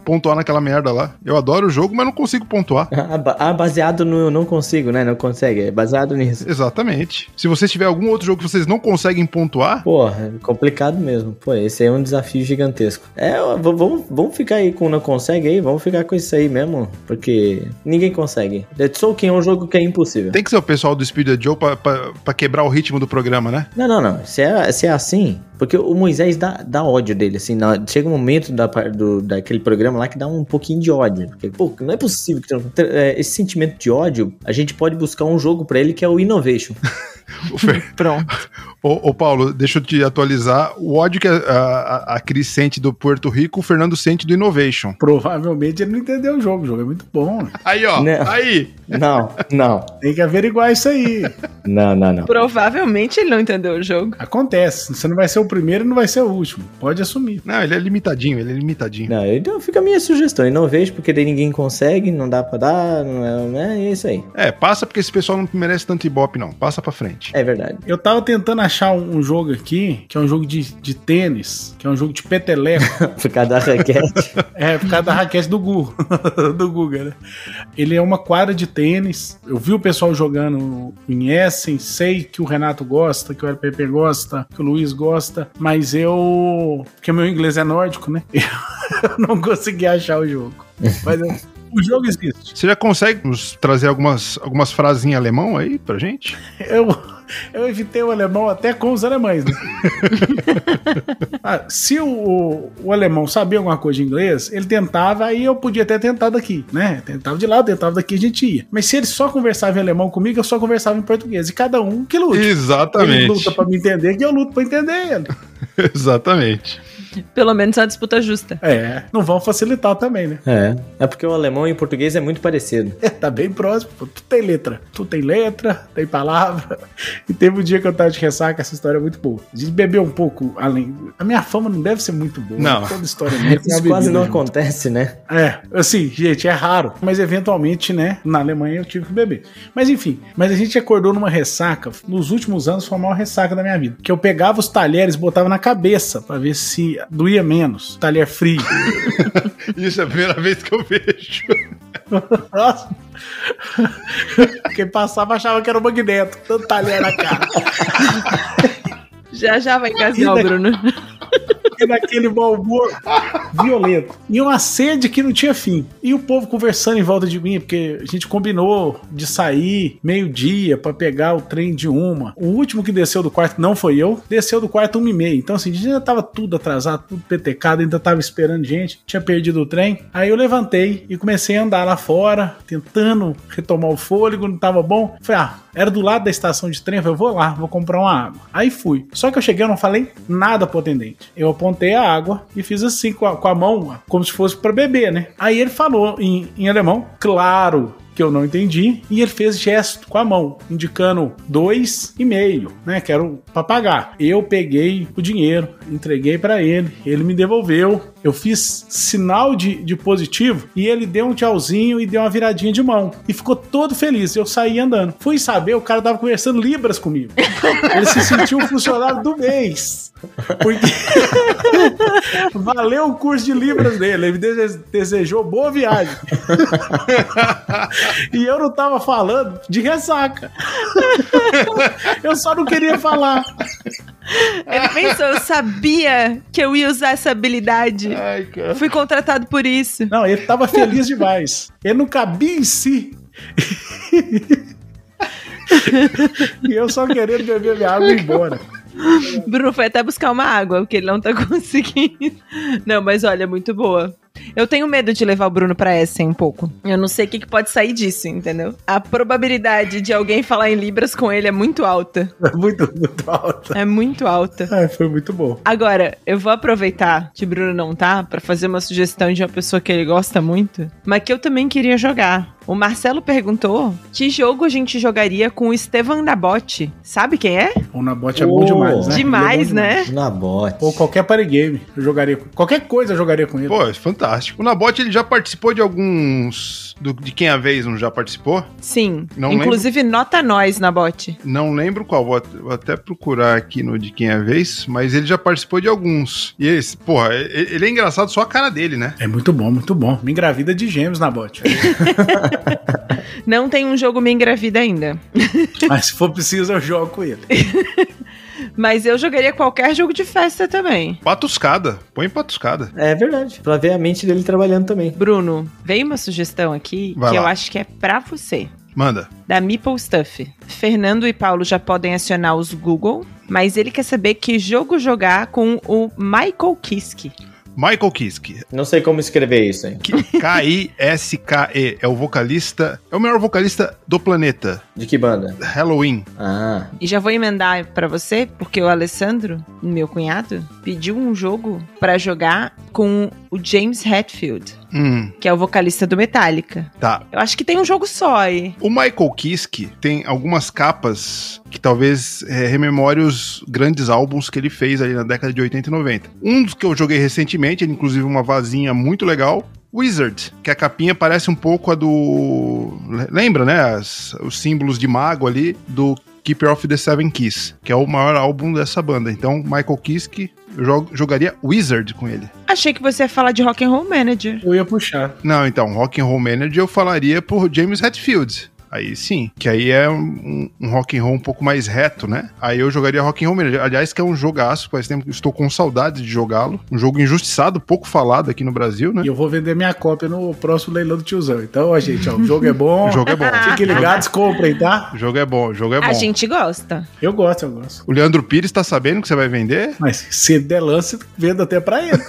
pontuar naquela merda lá. Eu adoro o jogo, mas não consigo pontuar.
Ah, ba- ah, baseado no eu não consigo, né? Não consegue, é baseado nisso.
Exatamente. Se vocês tiver algum outro jogo que vocês não conseguem pontuar,
Porra, é complicado mesmo. Pô, esse aí é um desafio gigantesco. É, ó, v- vamos, vamos ficar aí com não consegue aí, vamos ficar com isso aí mesmo, porque ninguém consegue. The Tolkien é um jogo que é impossível.
Tem que ser o pessoal do Speed the Joe pra, pra- pra quebrar o ritmo do programa, né? [LAUGHS]
Não, não, não. Se é, se é assim, porque o Moisés dá, dá ódio dele, assim, na- chega um momento da, par- do, daquele programa lá que dá um pouquinho de ódio. Porque, pô, não é possível que tu- tu- é, esse sentimento de ódio, a gente pode buscar um jogo pra ele que é o Innovation.
O Fer-
Pronto.
Ô, ô, Paulo, deixa eu te atualizar. O ódio que a, a, a Cris sente do Porto Rico, o Fernando sente do Innovation.
Provavelmente ele não entendeu o jogo, o jogo é muito bom.
Aí, ó,
Não.
aí.
Não, não,
Tem que averiguar isso aí.
não, não, não.
Provavelmente ele não entendeu o jogo.
Acontece, você não vai ser o primeiro e não vai ser o último. Pode assumir.
Não, ele é limitadinho, ele é limitadinho.
Não, então fica a minha sugestão. Innovation, porque daí ninguém consegue, não dá pra dar, não é, é isso aí.
É, passa porque esse pessoal não merece tanto ibope, não. Passa pra frente.
É verdade. [LAUGHS]
Eu tava tentando achar um, um jogo aqui, que é um jogo de, de tênis, que é um jogo de peteleco.
Por causa da raquete.
É, por causa da raquete do Gu. [LAUGHS] do Guga, né? Ele é uma quadra de tênis. Eu vi o pessoal jogando em Essen, sei que o Renato gosta, que o LPP gosta, que o Luiz gosta, mas eu. Porque meu inglês é nórdico, né? [LAUGHS] Eu não consegui achar o jogo. Mas eu- o jogo existe.
Você já consegue nos trazer algumas, algumas frases em alemão aí pra gente?
Eu, eu evitei o alemão até com os alemães, né? Ah, se o, o alemão sabia alguma coisa de inglês, ele tentava, aí eu podia ter tentado aqui, né? Tentava de lá, tentava daqui, a gente ia. Mas se ele só conversava em alemão comigo, eu só conversava em português. E cada um que lute. Ele
Exatamente.
luta pra me entender, que eu luto pra entender ele.
[LAUGHS] Exatamente.
Pelo menos é uma disputa justa.
É, não vão facilitar também, né?
É. É porque o alemão e o português é muito parecido.
É, [LAUGHS] tá bem próximo, pô. Tu tem letra. Tu tem letra, tem palavra. E teve um dia que eu tava de ressaca, essa história é muito boa. A gente bebeu um pouco além. A minha fama não deve ser muito boa.
Não.
Toda história minha tem
[LAUGHS]
uma
Isso quase
bebida
não
junto.
acontece, né?
É, assim, gente, é raro. Mas eventualmente, né, na Alemanha eu tive que beber. Mas enfim, mas a gente acordou numa ressaca. Nos últimos anos foi a maior ressaca da minha vida. Que eu pegava os talheres, botava na cabeça pra ver se doía menos. Talher frio.
Isso é a primeira vez que eu vejo.
Nossa. [LAUGHS] Quem passava achava que era o magneto. Tanto talher na cara.
Já já vai engasgar o
Ainda-
Bruno.
E naquele mau humor violento. E uma sede que não tinha fim. E o povo conversando em volta de mim, porque a gente combinou de sair meio-dia pra pegar o trem de uma. O último que desceu do quarto não foi eu, desceu do quarto uma e meia. Então, assim, a gente já tava tudo atrasado, tudo petecado, ainda tava esperando gente, tinha perdido o trem. Aí eu levantei e comecei a andar lá fora, tentando retomar o fôlego, não tava bom. Falei, ah, era do lado da estação de trem, eu falei, vou lá, vou comprar uma água. Aí fui. Só que eu cheguei, eu não falei nada pro atendente. Eu apontei a água e fiz assim com a, com a mão, como se fosse pra beber, né? Aí ele falou em, em alemão, claro que eu não entendi, e ele fez gesto com a mão, indicando dois e meio, né? Que era o- pra pagar. Eu peguei o dinheiro, entreguei pra ele, ele me devolveu. Eu fiz sinal de, de positivo e ele deu um tchauzinho e deu uma viradinha de mão. E ficou todo feliz. Eu saí andando. Fui saber, o cara tava conversando Libras comigo. Ele se sentiu um funcionário do mês. Porque valeu o curso de Libras dele. Ele me dese- desejou boa [LAUGHS] viagem. E eu não tava falando de ressaca. [LAUGHS] Eu só não queria falar.
Ele pensou, eu sabia que eu ia usar essa habilidade.
Ai, cara.
Fui contratado por isso.
Não, ele tava feliz demais. Ele não cabia em si. [LAUGHS] e eu só querendo beber minha água e ir embora.
Bruno foi até buscar uma água, porque ele não tá [LAUGHS] conseguindo. Não, mas olha, é muito boa. Eu tenho medo de levar o Bruno pra Essen um pouco. Eu não sei o que, que pode sair disso, entendeu? A probabilidade de alguém falar em Libras com ele é muito alta.
Muito, muito alta.
É muito alta.
Ai, foi muito bom.
Agora, eu vou aproveitar que o Bruno não tá pra fazer uma sugestão de uma pessoa que ele gosta muito, mas que eu também queria jogar. O Marcelo perguntou que jogo a gente jogaria com o Estevan Nabote. Sabe quem é?
O Nabote é bom demais, né?
Demais,
Ele é
né?
bom
Na bote.
Ou qualquer party game. Eu jogaria. com- Qualquer coisa eu jogaria com ele.
Pô, é fantástico. O Nabote ele já participou de alguns. do- de quem a vez não já participou?
Sim.
Não
Inclusive, nota nós, Nabote.
Não lembro qual, vou at- vou até procurar aqui no De Quem é a Vez, mas ele já participou de alguns. E esse, porra, e- ele é engraçado só a cara dele, né?
É muito bom, muito bom. Me engravida de gêmeos na bote.
Não tem um jogo Me Engravida ainda.
Mas se for preciso, eu jogo com ele.
Mas eu jogaria qualquer jogo de festa também.
Patuscada, põe patuscada.
É verdade. Pra ver a mente dele trabalhando também.
Bruno, veio uma sugestão aqui
Vai
que
lá.
eu acho que é pra você.
Manda.
Da Meeple Stuff. Fernando e Paulo já podem acionar os Google, mas ele quer saber que jogo jogar com o Michael Kiske.
Michael Kiske,
Não sei como escrever isso, hein?
Ki- [LAUGHS] K-I-S-K-E, é o vocalista, é o melhor vocalista do planeta.
De que banda?
Halloween.
Ah.
E já vou emendar pra você, porque o Alessandro, meu cunhado, pediu um jogo pra jogar com o James Hetfield,
Hum,
que é o vocalista do Metallica.
tá.
Eu acho que tem um jogo só aí.
O Michael Kiske tem algumas capas que talvez é, rememore os grandes álbuns que ele fez ali na década de 80 e 90. Um dos que eu joguei recentemente, ele, inclusive uma vazinha muito legal, Wizard, que a capinha parece um pouco a do... le- Lembra, né? As- os símbolos de mago ali do Keeper of the Seven Keys, que é o maior álbum dessa banda. Então, Michael Kiske, eu jo- jogaria Wizard com ele.
Achei que você ia falar de Rock and Roll Manager.
Eu ia puxar.
Não, então, Rock and Roll Manager eu falaria por James Hetfield. Aí sim, que aí é um, um rock and roll um pouco mais reto, né? Aí eu jogaria rock and roll Manager. Aliás, que é um jogaço, faz tempo que estou com saudade de jogá-lo. Um jogo injustiçado, pouco falado aqui no Brasil, né?
E eu vou vender minha cópia no próximo leilão do tiozão. Então, ó, gente, ó, o jogo é bom.
[LAUGHS] O jogo é bom.
Fiquem ligados, comprem, tá?
O jogo é bom, o jogo é bom.
A gente gosta.
Eu gosto, eu gosto.
O Leandro Pires tá sabendo que você vai vender?
Mas se der lance, vendo até pra ele.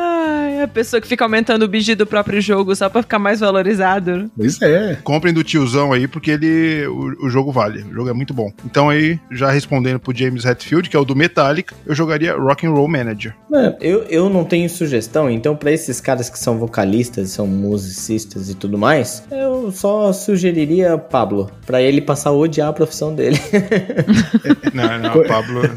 Ai, a pessoa que fica aumentando o bid do próprio jogo só pra ficar mais valorizado.
Pois é.
Comprem do tiozão aí, porque ele. O, o jogo vale. O jogo é muito bom. Então aí, já respondendo pro James Hetfield, que é o do Metallica, eu jogaria Rock'n'Roll Manager.
É, eu, eu não tenho sugestão, então pra esses caras que são vocalistas, são musicistas e tudo mais, eu só sugeriria Pablo, pra ele passar a odiar a profissão dele. [LAUGHS]
Não, [LAUGHS] não, Pablo.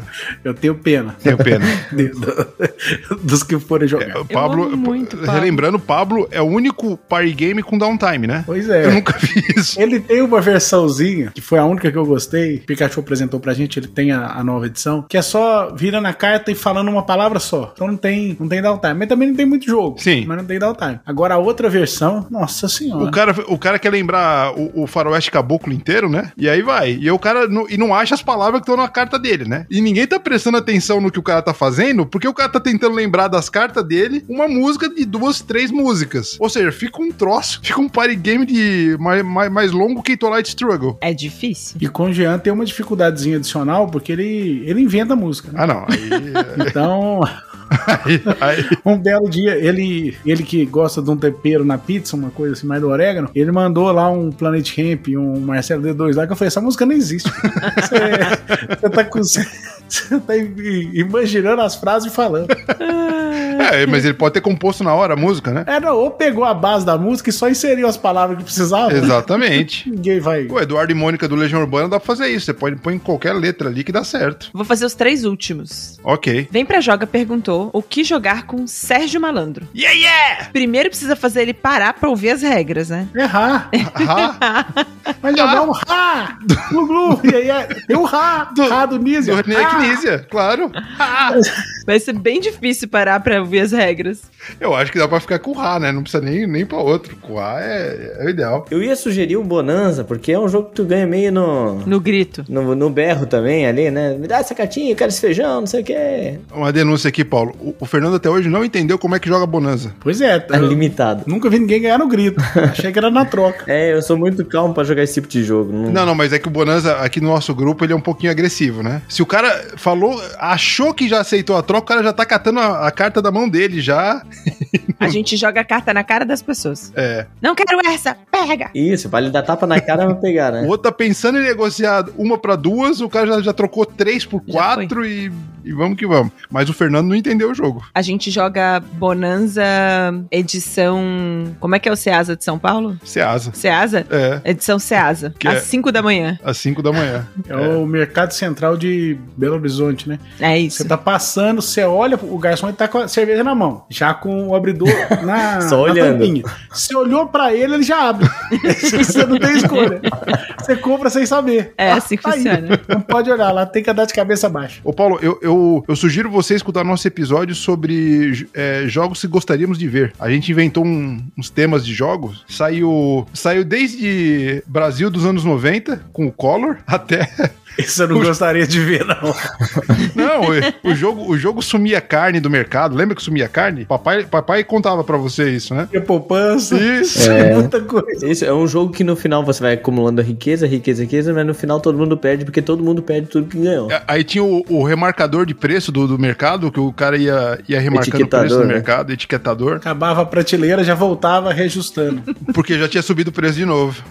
Eu tenho
[LAUGHS]
pena
Tenho pena.
de- do- dos que forem jogar.
O É, Pablo,
amo muito Pablo.
relembrando, Pablo é o único party game com downtime, né?
Pois
Eu
é.
nunca vi isso.
Ele tem uma versãozinha, que foi a única que eu gostei. Pikachu apresentou pra gente, ele tem a, a nova edição, que é só virando a carta e falando uma palavra só. Então não tem, não tem downtime. Mas também não tem muito jogo.
Sim.
Mas não tem downtime. Agora a outra versão, nossa senhora.
Uhum.
O cara, o cara quer lembrar o, o faroeste caboclo inteiro, né? E aí vai. E aí o cara não, e não acha as palavras que estão na carta dele, né? E ninguém tá prestando atenção no que o cara tá fazendo, porque o cara tá tentando lembrar das cartas dele uma música de duas, três músicas. Ou seja, fica um troço, [LAUGHS] fica um party game de mais, mais, mais longo que Twilight Struggle.
É difícil.
E com o Jean tem uma dificuldadezinha adicional, porque ele, ele inventa música.
[LAUGHS]
né?
Ah, não. Aí,
Então,
aí, [LAUGHS] aí-
um belo dia, ele, ele que gosta de um tempero na pizza, uma coisa assim, mais do orégano, ele mandou lá um Planet Hemp, um Marcelo D2 lá, que eu falei, essa música não existe. Você, você tá com... Você tá i- imaginando as frases e falando.
é, mas ele pode ter composto na hora a música, né?
É, não, ou pegou a base da música e só inseriu as palavras que precisava.
Exatamente.
Ninguém vai.
O Eduardo e Mônica do Legião Urbana dá pra fazer isso. Você pode pôr em qualquer letra ali que dá certo.
Vou fazer os três últimos.
Ok.
Vem pra Joga perguntou o que jogar com Sérgio Malandro.
Yeah, yeah!
Primeiro precisa fazer ele parar pra ouvir as regras, né?
Errar.
[LAUGHS] Ah,
Vai
[LAUGHS]
jogar um rá no Glu. E aí é. Tem um rá do, rá do Nízio.
do René
Rá.
Knizia, claro.
Vai ser bem difícil parar pra ouvir as regras.
Eu acho que dá pra ficar com o Rá, né? Não precisa nem, nem pra outro. Com o Rá é, é o ideal.
Eu ia sugerir o Bonanza, porque é um jogo que tu ganha meio no.
No grito.
No, no berro também ali, né? Me dá essa cartinha, eu quero esse feijão, não sei o quê.
Uma denúncia aqui, Paulo. O, o Fernando até hoje não entendeu como é que joga Bonanza.
Pois é.
Tá
tá-
limitado.
Nunca vi ninguém ganhar no grito. Achei que era na troca.
É, eu sou muito calmo pra jogar esse tipo de jogo. Não,
Não, não, mas é que o Bonanza aqui no nosso grupo ele é um pouquinho agressivo, né? Se o cara falou, achou que já aceitou a troca, o cara já tá catando a, a carta da mão dele já.
A gente joga a carta na cara das pessoas.
É.
Não quero essa! Pega!
Isso, vale dar tapa na cara pra pegar, [LAUGHS] né?
O outro tá pensando em negociar uma pra duas, o cara já, já trocou três por
Já
quatro e, e vamos que vamos. Mas o Fernando não entendeu o jogo.
A gente joga Bonanza edição. Como é que é o Ceasa de São Paulo?
Ceasa.
Ceasa?
É,
Edição Ceasa.
Que é-
às 5 da manhã.
às cinco da manhã.
É, o mercado central de Belo Horizonte, né?
É
Você
isso.
tá passando, você olha, o garçom ele tá com a cerveja na mão, já com
[LAUGHS]
o abridor na,
Só
na
olhando.
tampinha. Você olhou pra ele, ele já
[LAUGHS]
abre. você não tem escolha. Você compra sem saber.
É assim que
Tá aí.
funciona.
Não pode olhar lá, tem que andar de cabeça baixa.
Ô Paulo, eu, eu, eu sugiro você escutar nosso episódio sobre é, jogos que gostaríamos de ver. A gente inventou um- uns temas de jogos. Saiu, saiu desde Brasil dos anos 90, com o Collor, [LAUGHS] até.
Isso eu não gostaria de ver, não.
Não, é, o- o jogo, o jogo sumia carne do mercado. Lembra que sumia carne? Papai, papai contava pra você isso, né?
Tinha poupança,
Isso.
tinha muita coisa.
Isso é um jogo que no final você vai acumulando riqueza, riqueza, riqueza, mas no final todo mundo perde, porque todo mundo perde tudo que ganhou.
A- É, Aí tinha o, o remarcador de preço do, do mercado, que o cara ia, ia remarcando o preço
Etiquetador,
do
né?
mercado, etiquetador,
Acabava a prateleira, já voltava reajustando.
porque já tinha subido o preço de novo.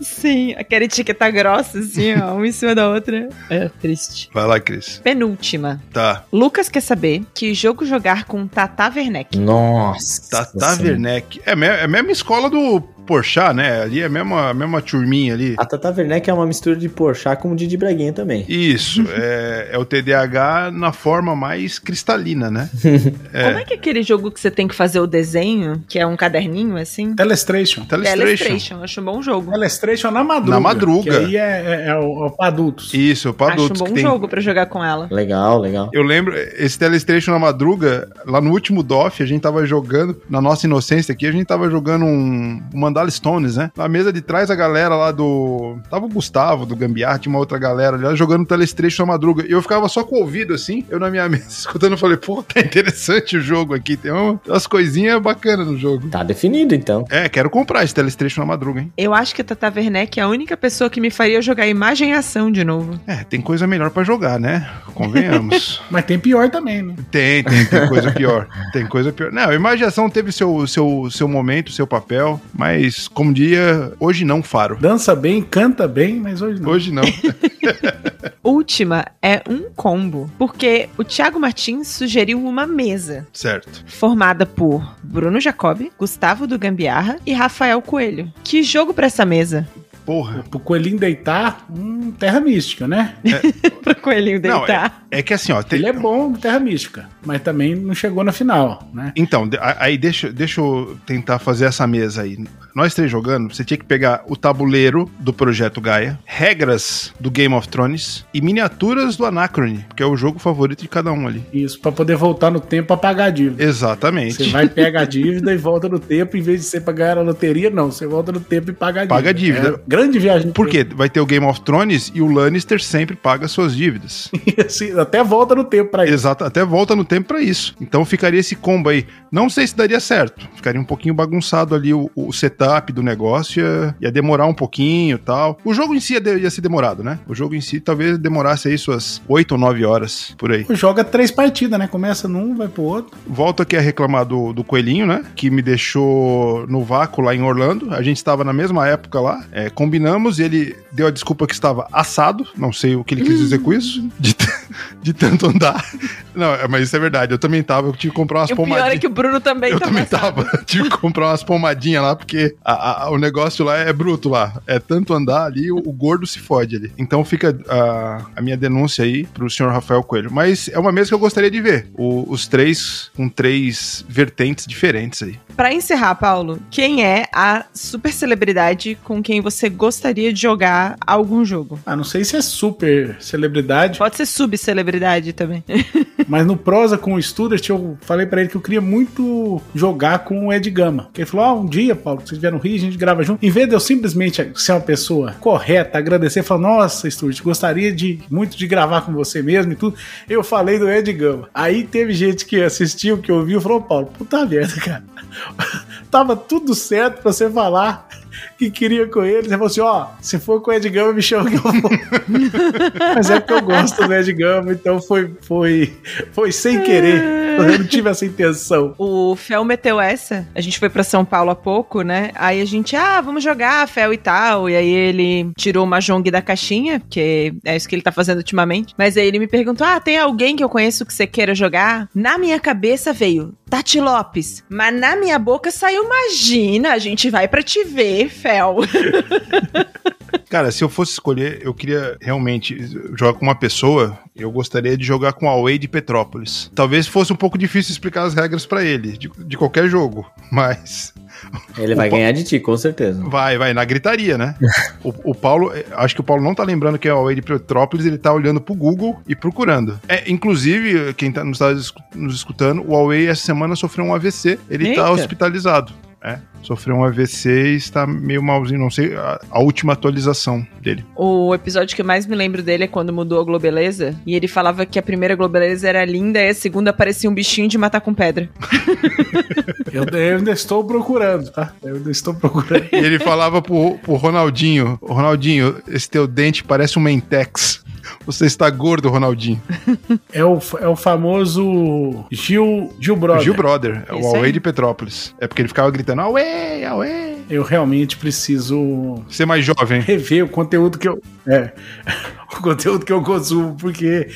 Sim, aquela etiqueta grossa, assim, ó, uma em cima da outra. É triste.
Vai lá, Cris.
Penúltima.
Tá.
Lucas quer saber que jogo jogar com Tata Werneck.
Nossa.
Tata
Senhora.
Tá, Werneck. É, me- é a mesma escola do Porchat, né? Ali é a mesma, a mesma turminha ali.
A Tata Werneck é uma mistura de Porchat com de Didi Braguinha também.
Isso,
Uhum.
é, é o TDAH na forma mais cristalina, né?
Como é que é aquele jogo que você tem que fazer o desenho, que é um caderninho, assim?
Telestration.
Telestration.
acho um bom jogo.
Telestration na madruga.
Na madruga.
Que aí é, é, é o, é o pra adultos.
Isso, para
Acho um
adultos
bom
que tem.
jogo pra jogar com ela.
Legal, legal.
Eu lembro, esse Telestration na madruga, lá no último DOF, a gente tava jogando, na nossa inocência aqui, a gente tava jogando um, um Dallas Stones, né? Na mesa de trás, a galera lá do. Tava o Gustavo, do Gambiar, tinha uma outra galera ali, jogando Telestrecho à madruga. E eu ficava só com o ouvido assim, eu na minha [LAUGHS] mesa escutando, eu falei, pô, tá interessante o jogo aqui. Tem uma- tem umas coisinhas bacanas no jogo.
Tá definido, então.
É, quero comprar esse Telestrecho na madruga, hein?
Eu acho que a Tata Werneck é a única pessoa que me faria jogar imagem e ação de novo.
É, tem coisa melhor pra jogar, né? Convenhamos.
Mas tem pior também, né?
Tem, tem, tem coisa pior. tem coisa pior. Não, a imaginação teve seu, seu, seu momento, seu papel, mas como dia, hoje não, Faro.
Dança bem, canta bem, mas hoje não. [LAUGHS]
Hoje não.
Última é um combo, porque o Thiago Martins sugeriu uma mesa
certo.
formada por Bruno Jacobi, Gustavo do Gambiarra e Rafael Coelho. Que jogo pra essa mesa? [LAUGHS]
Porra.
Pro coelhinho deitar, hum, terra mística, né?
Pro coelhinho
Não,
deitar.
É que assim, ó. tem-
Ele é bom, terra mística, mas também não chegou na final, né?
Então, de- a- aí deixa, deixa eu tentar fazer essa mesa aí. Nós três jogando, você tinha que pegar o tabuleiro do Projeto Gaia, regras do Game of Thrones e miniaturas do Anacrone, que é o jogo favorito de cada um ali.
Isso, pra poder voltar no tempo pra pagar a dívida.
Exatamente.
Você vai, pega a dívida e volta no tempo, em vez de você pagar a loteria, não. Você volta no tempo e paga a dívida.
Paga a dívida.
É, grande viagem. [LAUGHS]
Por quê? Vai ter o Game of Thrones e o Lannister sempre paga suas dívidas.
Assim, Até volta no tempo pra isso.
Exato, até volta no tempo pra isso. Então ficaria esse combo aí. Não sei se daria certo. Ficaria um pouquinho bagunçado ali o, o setup do negócio. Ia, ia demorar um pouquinho e tal. O jogo em si ia, de- ia ser demorado, né? O jogo em si talvez demorasse aí suas 8 ou 9 horas por aí.
Joga três partidas, né? Começa num, vai pro outro.
Volto aqui a reclamar do, do Coelhinho, né? Que me deixou no vácuo lá em Orlando. A gente estava na mesma época lá. É, combinamos e ele deu a desculpa que estava assado. Não sei o que ele quis
Hum.
dizer com isso. De, [LAUGHS] t- de tanto andar. Não, é, mas isso é verdade. Eu também tava. Eu tive que comprar umas
E o pior é
pomadinhas.
que o Bruno também
Eu
tá
também
passando.
tava. [LAUGHS] Tive que comprar umas pomadinhas lá, porque a- a- o negócio lá é bruto lá. É tanto andar ali, o, o gordo se fode ali. Então fica a, a minha denúncia aí pro senhor Rafael Coelho. Mas é uma mesa que eu gostaria de ver. O- os três com três vertentes diferentes aí. [LAUGHS]
Pra encerrar, Paulo, quem é a super celebridade com quem você gostaria de jogar algum jogo?
Ah, não sei se é super celebridade,
Pode ser subcelebridade também.
mas no prosa com o Studart eu falei pra ele que eu queria muito jogar com o Ed Gama. Porque ele falou: ah, um dia, Paulo, que vocês vieram rir, a gente grava junto. Em vez de eu simplesmente ser uma pessoa correta, agradecer, falar: nossa, Studart, gostaria de muito de gravar com você mesmo e tudo. Eu falei do Ed Gama. Aí teve gente que assistiu, que ouviu e falou: "Ô, Paulo, puta merda, cara. [LAUGHS] Tava tudo certo pra você falar. Que queria com ele, você falou assim: ó, se for com o Ed Gama, me chama que eu vou. Mas é porque eu gosto do Ed Gama, então foi, foi, foi sem querer. Eu não tive essa intenção.
O Fel meteu essa. A gente foi pra São Paulo há pouco, né? Aí a gente, ah, vamos jogar, Fel e tal. E aí ele tirou uma Jong da caixinha, porque é isso que ele tá fazendo ultimamente. Mas aí ele me perguntou: ah, tem alguém que eu conheço que você queira jogar? Na minha cabeça veio Tati Lopes. Mas na minha boca saiu, imagina, a gente vai pra te ver, Fel. [LAUGHS]
Cara, se eu fosse escolher, eu queria realmente jogar com uma pessoa. Eu gostaria de jogar com a Away de Petrópolis. Talvez fosse um pouco difícil explicar as regras pra ele, de- de qualquer jogo, [LAUGHS] mas.
Ele vai
Opa.
ganhar de ti, com certeza.
Vai, vai, na gritaria,
[LAUGHS]
né? o, o Paulo, eh, acho que o Paulo não tá lembrando que é o de Petrópolis, ele tá olhando pro Google e procurando. É, inclusive, quem tá, nos tá escu- nos escutando, o Huawei essa semana sofreu um AVC, ele tá
Eita.
hospitalizado. É, sofreu um AVC e está meio malzinho, não sei a, a última atualização dele.
O episódio que eu mais me lembro dele é quando mudou a Globeleza. E ele falava que a primeira Globeleza era linda e a segunda parecia um bichinho de matar com pedra.
Eu, eu ainda estou procurando, tá? Eu ainda estou procurando.
[LAUGHS]
E ele falava pro, pro Ronaldinho, "Ô, Ronaldinho, esse teu dente parece um Mentex. Você está gordo, Ronaldinho.
É o, é o famoso Gil, Gil Brother.
Gil Brother, é o
Isso
Huawei
aí.
de Petrópolis. É porque ele ficava gritando, Huawei, Huawei.
Eu realmente preciso
ser mais jovem.
rever o conteúdo que eu. É. O conteúdo que eu consumo, porque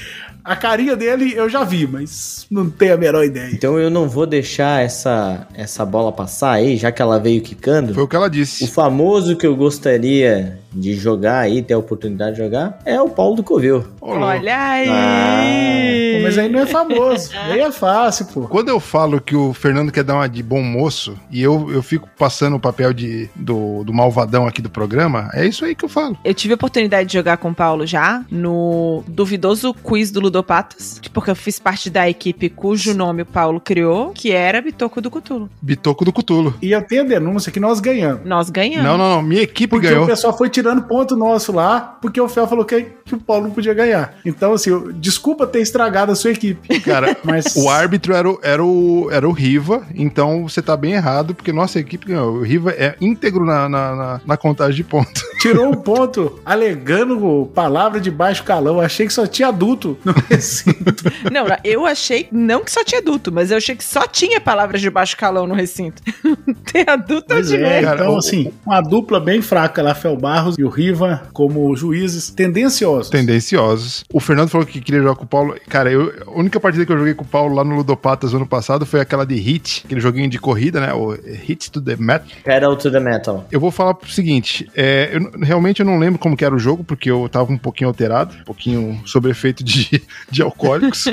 a carinha dele eu já vi, mas não tenho a menor ideia.
Então eu não vou deixar essa, essa bola passar aí, já que ela veio quicando.
Foi o que ela
O
disse.
famoso que eu gostaria de jogar aí, ter a oportunidade de jogar, é o Paulo do Covil.
Ô, louco.
Olha aí!
Ah,
Pô, mas aí não é famoso. Aí é fácil, pô.
Quando eu falo que o Fernando quer dar uma de bom moço e eu, eu fico passando o papel de, do, do malvadão aqui do programa, é isso aí que eu falo.
Eu tive a oportunidade de jogar com o Paulo já no duvidoso quiz do Ludopatas, porque eu fiz parte da equipe cujo nome o Paulo criou, que era Bitoco do Cutulo.
Bitoco do Cutulo.
E eu tenho a denúncia que nós ganhamos.
Nós ganhamos.
Não, não, não. Minha equipe
Porque o
ganhou.
pessoal foi tirando ponto nosso lá, porque o Fel falou que, que o Paulo não podia ganhar. Então, assim, eu- desculpa ter estragado a sua
[LAUGHS]
equipe.
Cara,
Mas
o árbitro era o, era, o, era o Riva, então você tá bem errado, porque nossa equipe ganhou. O Riva é íntegro na, na, na- na contagem de pontos. [LAUGHS]
tirou um ponto alegando palavra de baixo calão. Achei que só tinha adulto [LAUGHS] é assim. no
[LAUGHS]
recinto.
Não, eu achei, não que só tinha adulto, mas eu achei que só tinha palavras de baixo calão no recinto. [LAUGHS] Tem adulto
Pois
de
é,
é.
Tá cara,
então,
o-
assim, uma dupla bem fraca lá, Fel Barros e o Riva como juízes tendenciosos.
Tendenciosos. O Fernando falou que queria jogar com o Paulo. Cara, eu, a única partida que eu joguei com o Paulo lá no Ludopatas ano passado foi aquela de Hit, aquele joguinho de corrida, né? O Hit to the Mat.
Pedal to the metal.
Eu vou falar o seguinte, é, eu n- realmente eu não lembro como que era o jogo, porque eu tava um pouquinho alterado, um pouquinho sob efeito de, [LAUGHS] de alcoólicos.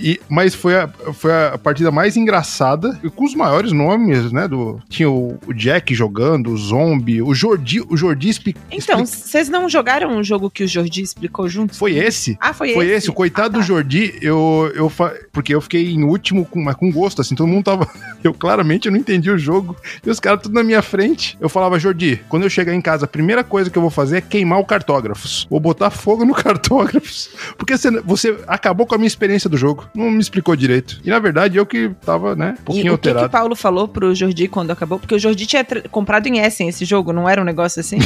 E, mas foi a, foi a partida mais engraçada, e com os maiores nomes, né? Do, tinha o, o Jack jogando, o Zombie, o Jordi, o Jordi expli-
Então,
expli-
vocês não jogaram um jogo que o Jordi explicou juntos?
foi esse?
Ah, foi,
Foi
esse? Ah, tá.
esse, o coitado do Jordi, eu, eu fa- porque eu fiquei em último, com, mas com gosto, assim, todo mundo tava. [LAUGHS] Eu claramente eu não entendi o jogo. E os caras tudo na minha frente. Eu falava, Jordi, quando eu chegar em casa, a primeira coisa que eu vou fazer é queimar o cartógrafos. Vou botar fogo no [LAUGHS] cartógrafos. Porque você, você acabou com a minha experiência do jogo. Não me explicou direito. E na verdade, eu que tava, né, um pouquinho
e o que, tá- que o
alterado.
Paulo falou pro Jordi quando acabou? Porque o Jordi tinha tra- comprado em Essen esse jogo, não era um negócio assim?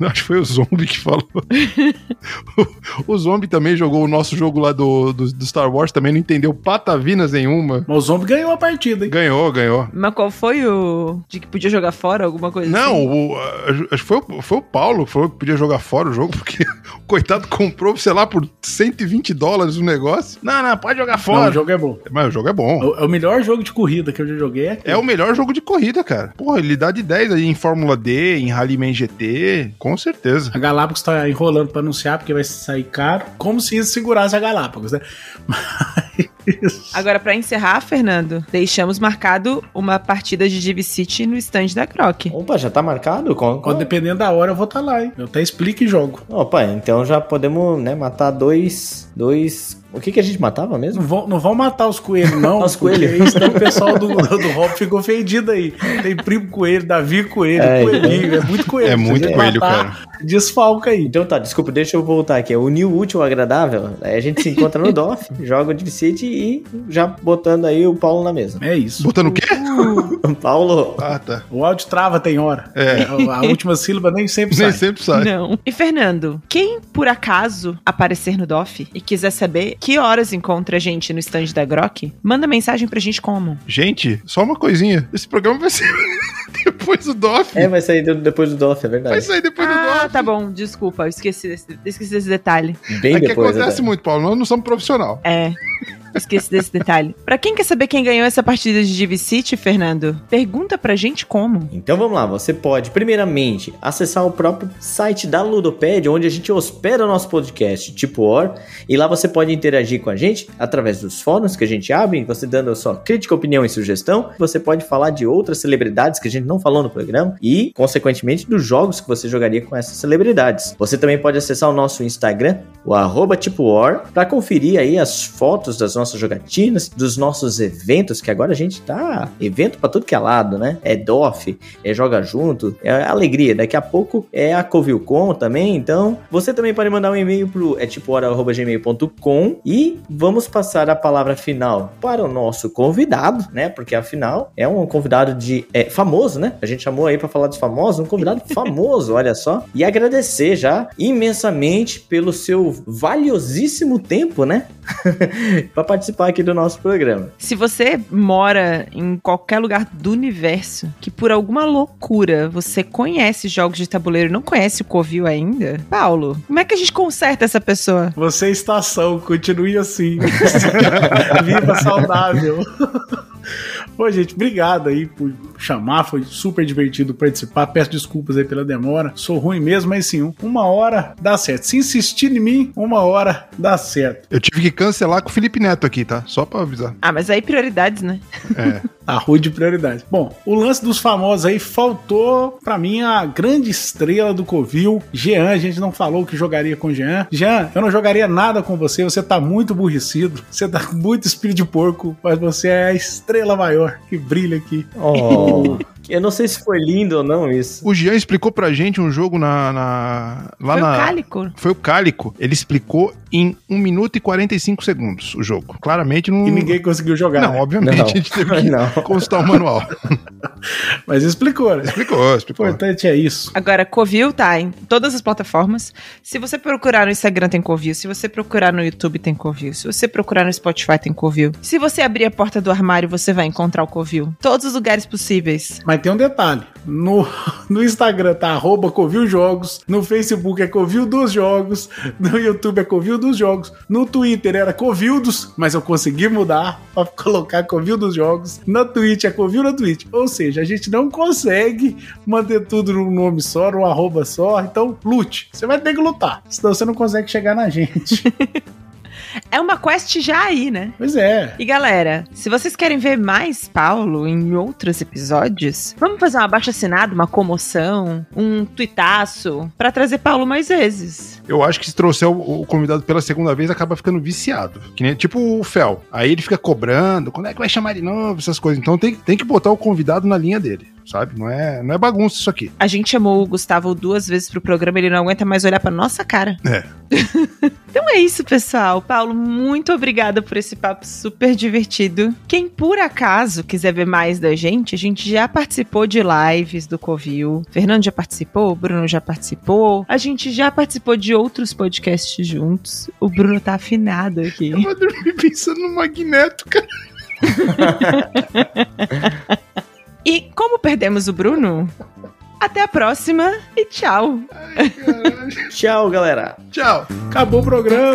Não, acho que foi o Zombie
[LAUGHS]
que falou. o, o Zombie também jogou o nosso jogo lá do, do, do Star Wars, também não entendeu patavinas nenhuma.
Mas o Zombie ganhou a partida, hein?
Ganhou, ganhou.
Mas qual foi o. de que podia jogar fora, alguma coisa assim?
Não, o- a- acho que foi, o- foi o Paulo que falou que podia jogar fora o jogo, [LAUGHS] porque o coitado comprou, sei lá, por 120 dólares o negócio. Não, não, pode jogar
Não, o
fora.
jogo é bom.
Mas o jogo é bom.
O- É o melhor jogo de corrida que eu já joguei. É,
É o melhor jogo de corrida, cara. Porra, ele dá de 10 aí em Fórmula D, em Rallyman GT, com certeza.
A Galápagos tá enrolando pra anunciar porque vai sair caro. Como se isso segurasse a Galápagos, né? Mas.
Agora, pra encerrar, Fernando, deixamos marcado uma partida de Div City no stand da Croc.
Opa, já tá marcado? Com,
Ó, dependendo da hora eu vou estar tá lá, hein? Eu até explico e jogo.
Opa, então já podemos, né, matar dois. Dois. O que que a gente matava mesmo?
Não vão, não vão matar os
[LAUGHS]
coelhos, não.
Os
porque
coelhos.
Senão o pessoal do, do, do Rob ficou ofendido aí. Tem primo coelho, Davi coelho,
É,
coelhinho. É muito coelho.
É
Se
muito
você
coelho,
matar, Desfalca aí.
Então tá, desculpa, deixa eu voltar aqui. É o New Útil Agradável. Aí a gente se encontra
[LAUGHS]
no DOF, joga o Deep City e já botando aí o Paulo na mesa. [LAUGHS]
É isso.
Botando o quê?
Paulo,
Ah, tá.
O áudio trava tem hora.
É.
A, a última sílaba nem sempre
Nem
sai.
sempre sai.
Não. E Fernando, quem por acaso aparecer no DOF e quiser saber que horas encontra a gente no stand da Grok, manda mensagem pra gente como.
Gente, só uma coisinha. Esse programa vai ser [LAUGHS] depois do DOF.
é, vai sair do- depois do DOF, é verdade.
Vai sair depois do
Ah,
DOF.
tá bom, desculpa, eu esqueci, desse- esqueci desse detalhe.
Bem
é que
depois.
acontece
até.
muito, Paulo. Nós não somos profissional.
É. Esqueci desse detalhe. Pra quem quer saber quem ganhou essa partida de Div City, Fernando, pergunta pra gente como.
Então vamos lá, você pode, primeiramente, acessar o próprio site da Ludopad, onde a gente hospeda o nosso podcast, tipo Or, e lá você pode interagir com a gente através dos fóruns que a gente abre, você dando a sua crítica, opinião e sugestão. Você pode falar de outras celebridades que a gente não falou no programa e, consequentemente, dos jogos que você jogaria com essas celebridades. Você também pode acessar o nosso Instagram, o arroba tipo Or, para conferir aí as fotos das nossas jogatinas, dos nossos eventos, que agora a gente tá evento para tudo que é lado, né? É DOF, é joga junto, é alegria. Daqui a pouco é a Covilcon também, então você também pode mandar um e-mail pro é tipo gmail.com e vamos passar a palavra final para o nosso convidado, né? Porque afinal é um convidado de é, famoso, né? A gente chamou aí para falar dos famosos, um convidado famoso, olha só. E agradecer já imensamente pelo seu valiosíssimo tempo, né? [LAUGHS] para participar aqui do nosso programa.
Se você mora em qualquer lugar do universo que por alguma loucura você conhece jogos de tabuleiro e não conhece o Covil ainda, Paulo, como é que a gente conserta essa pessoa?
Você é estação, continue assim. [LAUGHS] Viva saudável. [LAUGHS] Pô, gente, obrigado aí por chamar, foi super divertido participar. Peço desculpas aí pela demora. Sou ruim mesmo, mas sim, uma hora dá certo. Se insistir em mim, uma hora dá certo.
Eu tive que cancelar com o Felipe Neto aqui, tá? Só pra avisar.
Ah, mas aí prioridades, né?
É.
Arroz de prioridade. Bom, o lance dos famosos aí faltou pra mim a grande estrela do Covil, Jean. A gente não falou que jogaria com Jean. Jean, eu não jogaria nada com você. Você tá muito burricido. Você tá com muito espírito de porco, mas você é a estrela maior que brilha aqui.
Oh, eu não sei se foi lindo ou não
[LAUGHS]
isso.
O Jean explicou pra gente um jogo na. na- lá
Foi
na.
o Cálico.
Foi o Cálico. Ele explicou em 1 minuto e 45 segundos o jogo. Claramente não.
E ninguém conseguiu jogar.
Hum. Não,
né?
obviamente
Não.
a gente teve que [LAUGHS]
Não.
consultar o manual.
Mas explicou, né?
Explicou,
O
explicou.
importante é isso.
Agora, Covil tá em todas as plataformas. Se você procurar no Instagram, tem Covil. Se você procurar no YouTube, tem Covil. Se você procurar no Spotify, tem Covil. Se você abrir a porta do armário, você vai encontrar o Covil. Todos os lugares possíveis.
Mas tem um detalhe. No, [LAUGHS] no Instagram tá arroba Covil Jogos, no Facebook é Covil dos Jogos, no YouTube é Covil dos Jogos, no Twitter era Covildos, mas eu consegui mudar [LAUGHS] pra colocar Covil dos Jogos, na Twitch é Covil na Twitch. Ou seja, a gente não consegue manter tudo num nome só, num arroba só, então lute. Você vai ter que lutar, senão você não consegue chegar na [LAUGHS] gente.
É uma quest já aí, né?
pois é.
E galera, se vocês querem ver mais Paulo em outros episódios, vamos fazer uma abaixo assinado, uma comoção, um tuitaço pra trazer Paulo mais vezes.
Eu acho que se trouxer o, o convidado pela segunda vez, acaba ficando viciado. Que nem, tipo o Fel. Aí ele fica cobrando, quando é que vai chamar de novo, essas coisas. Então tem, tem que botar o convidado na linha dele, sabe? Não é, não é bagunça isso
[LAUGHS]
aqui.
A gente chamou o Gustavo duas vezes pro programa, ele não aguenta mais olhar pra nossa cara.
É.
[LAUGHS] então é isso, pessoal. Paulo, muito obrigada por esse papo super divertido. Quem por acaso quiser ver mais da gente, a gente já participou de lives do Covil. Fernando já participou, o Bruno já participou. A gente já participou de outros podcasts juntos. O Bruno tá afinado aqui.
Eu vou dormir pensando no Magneto, cara.
E como perdemos o Bruno? Até a próxima e tchau.
Tchau, galera.
Tchau.
Acabou o programa.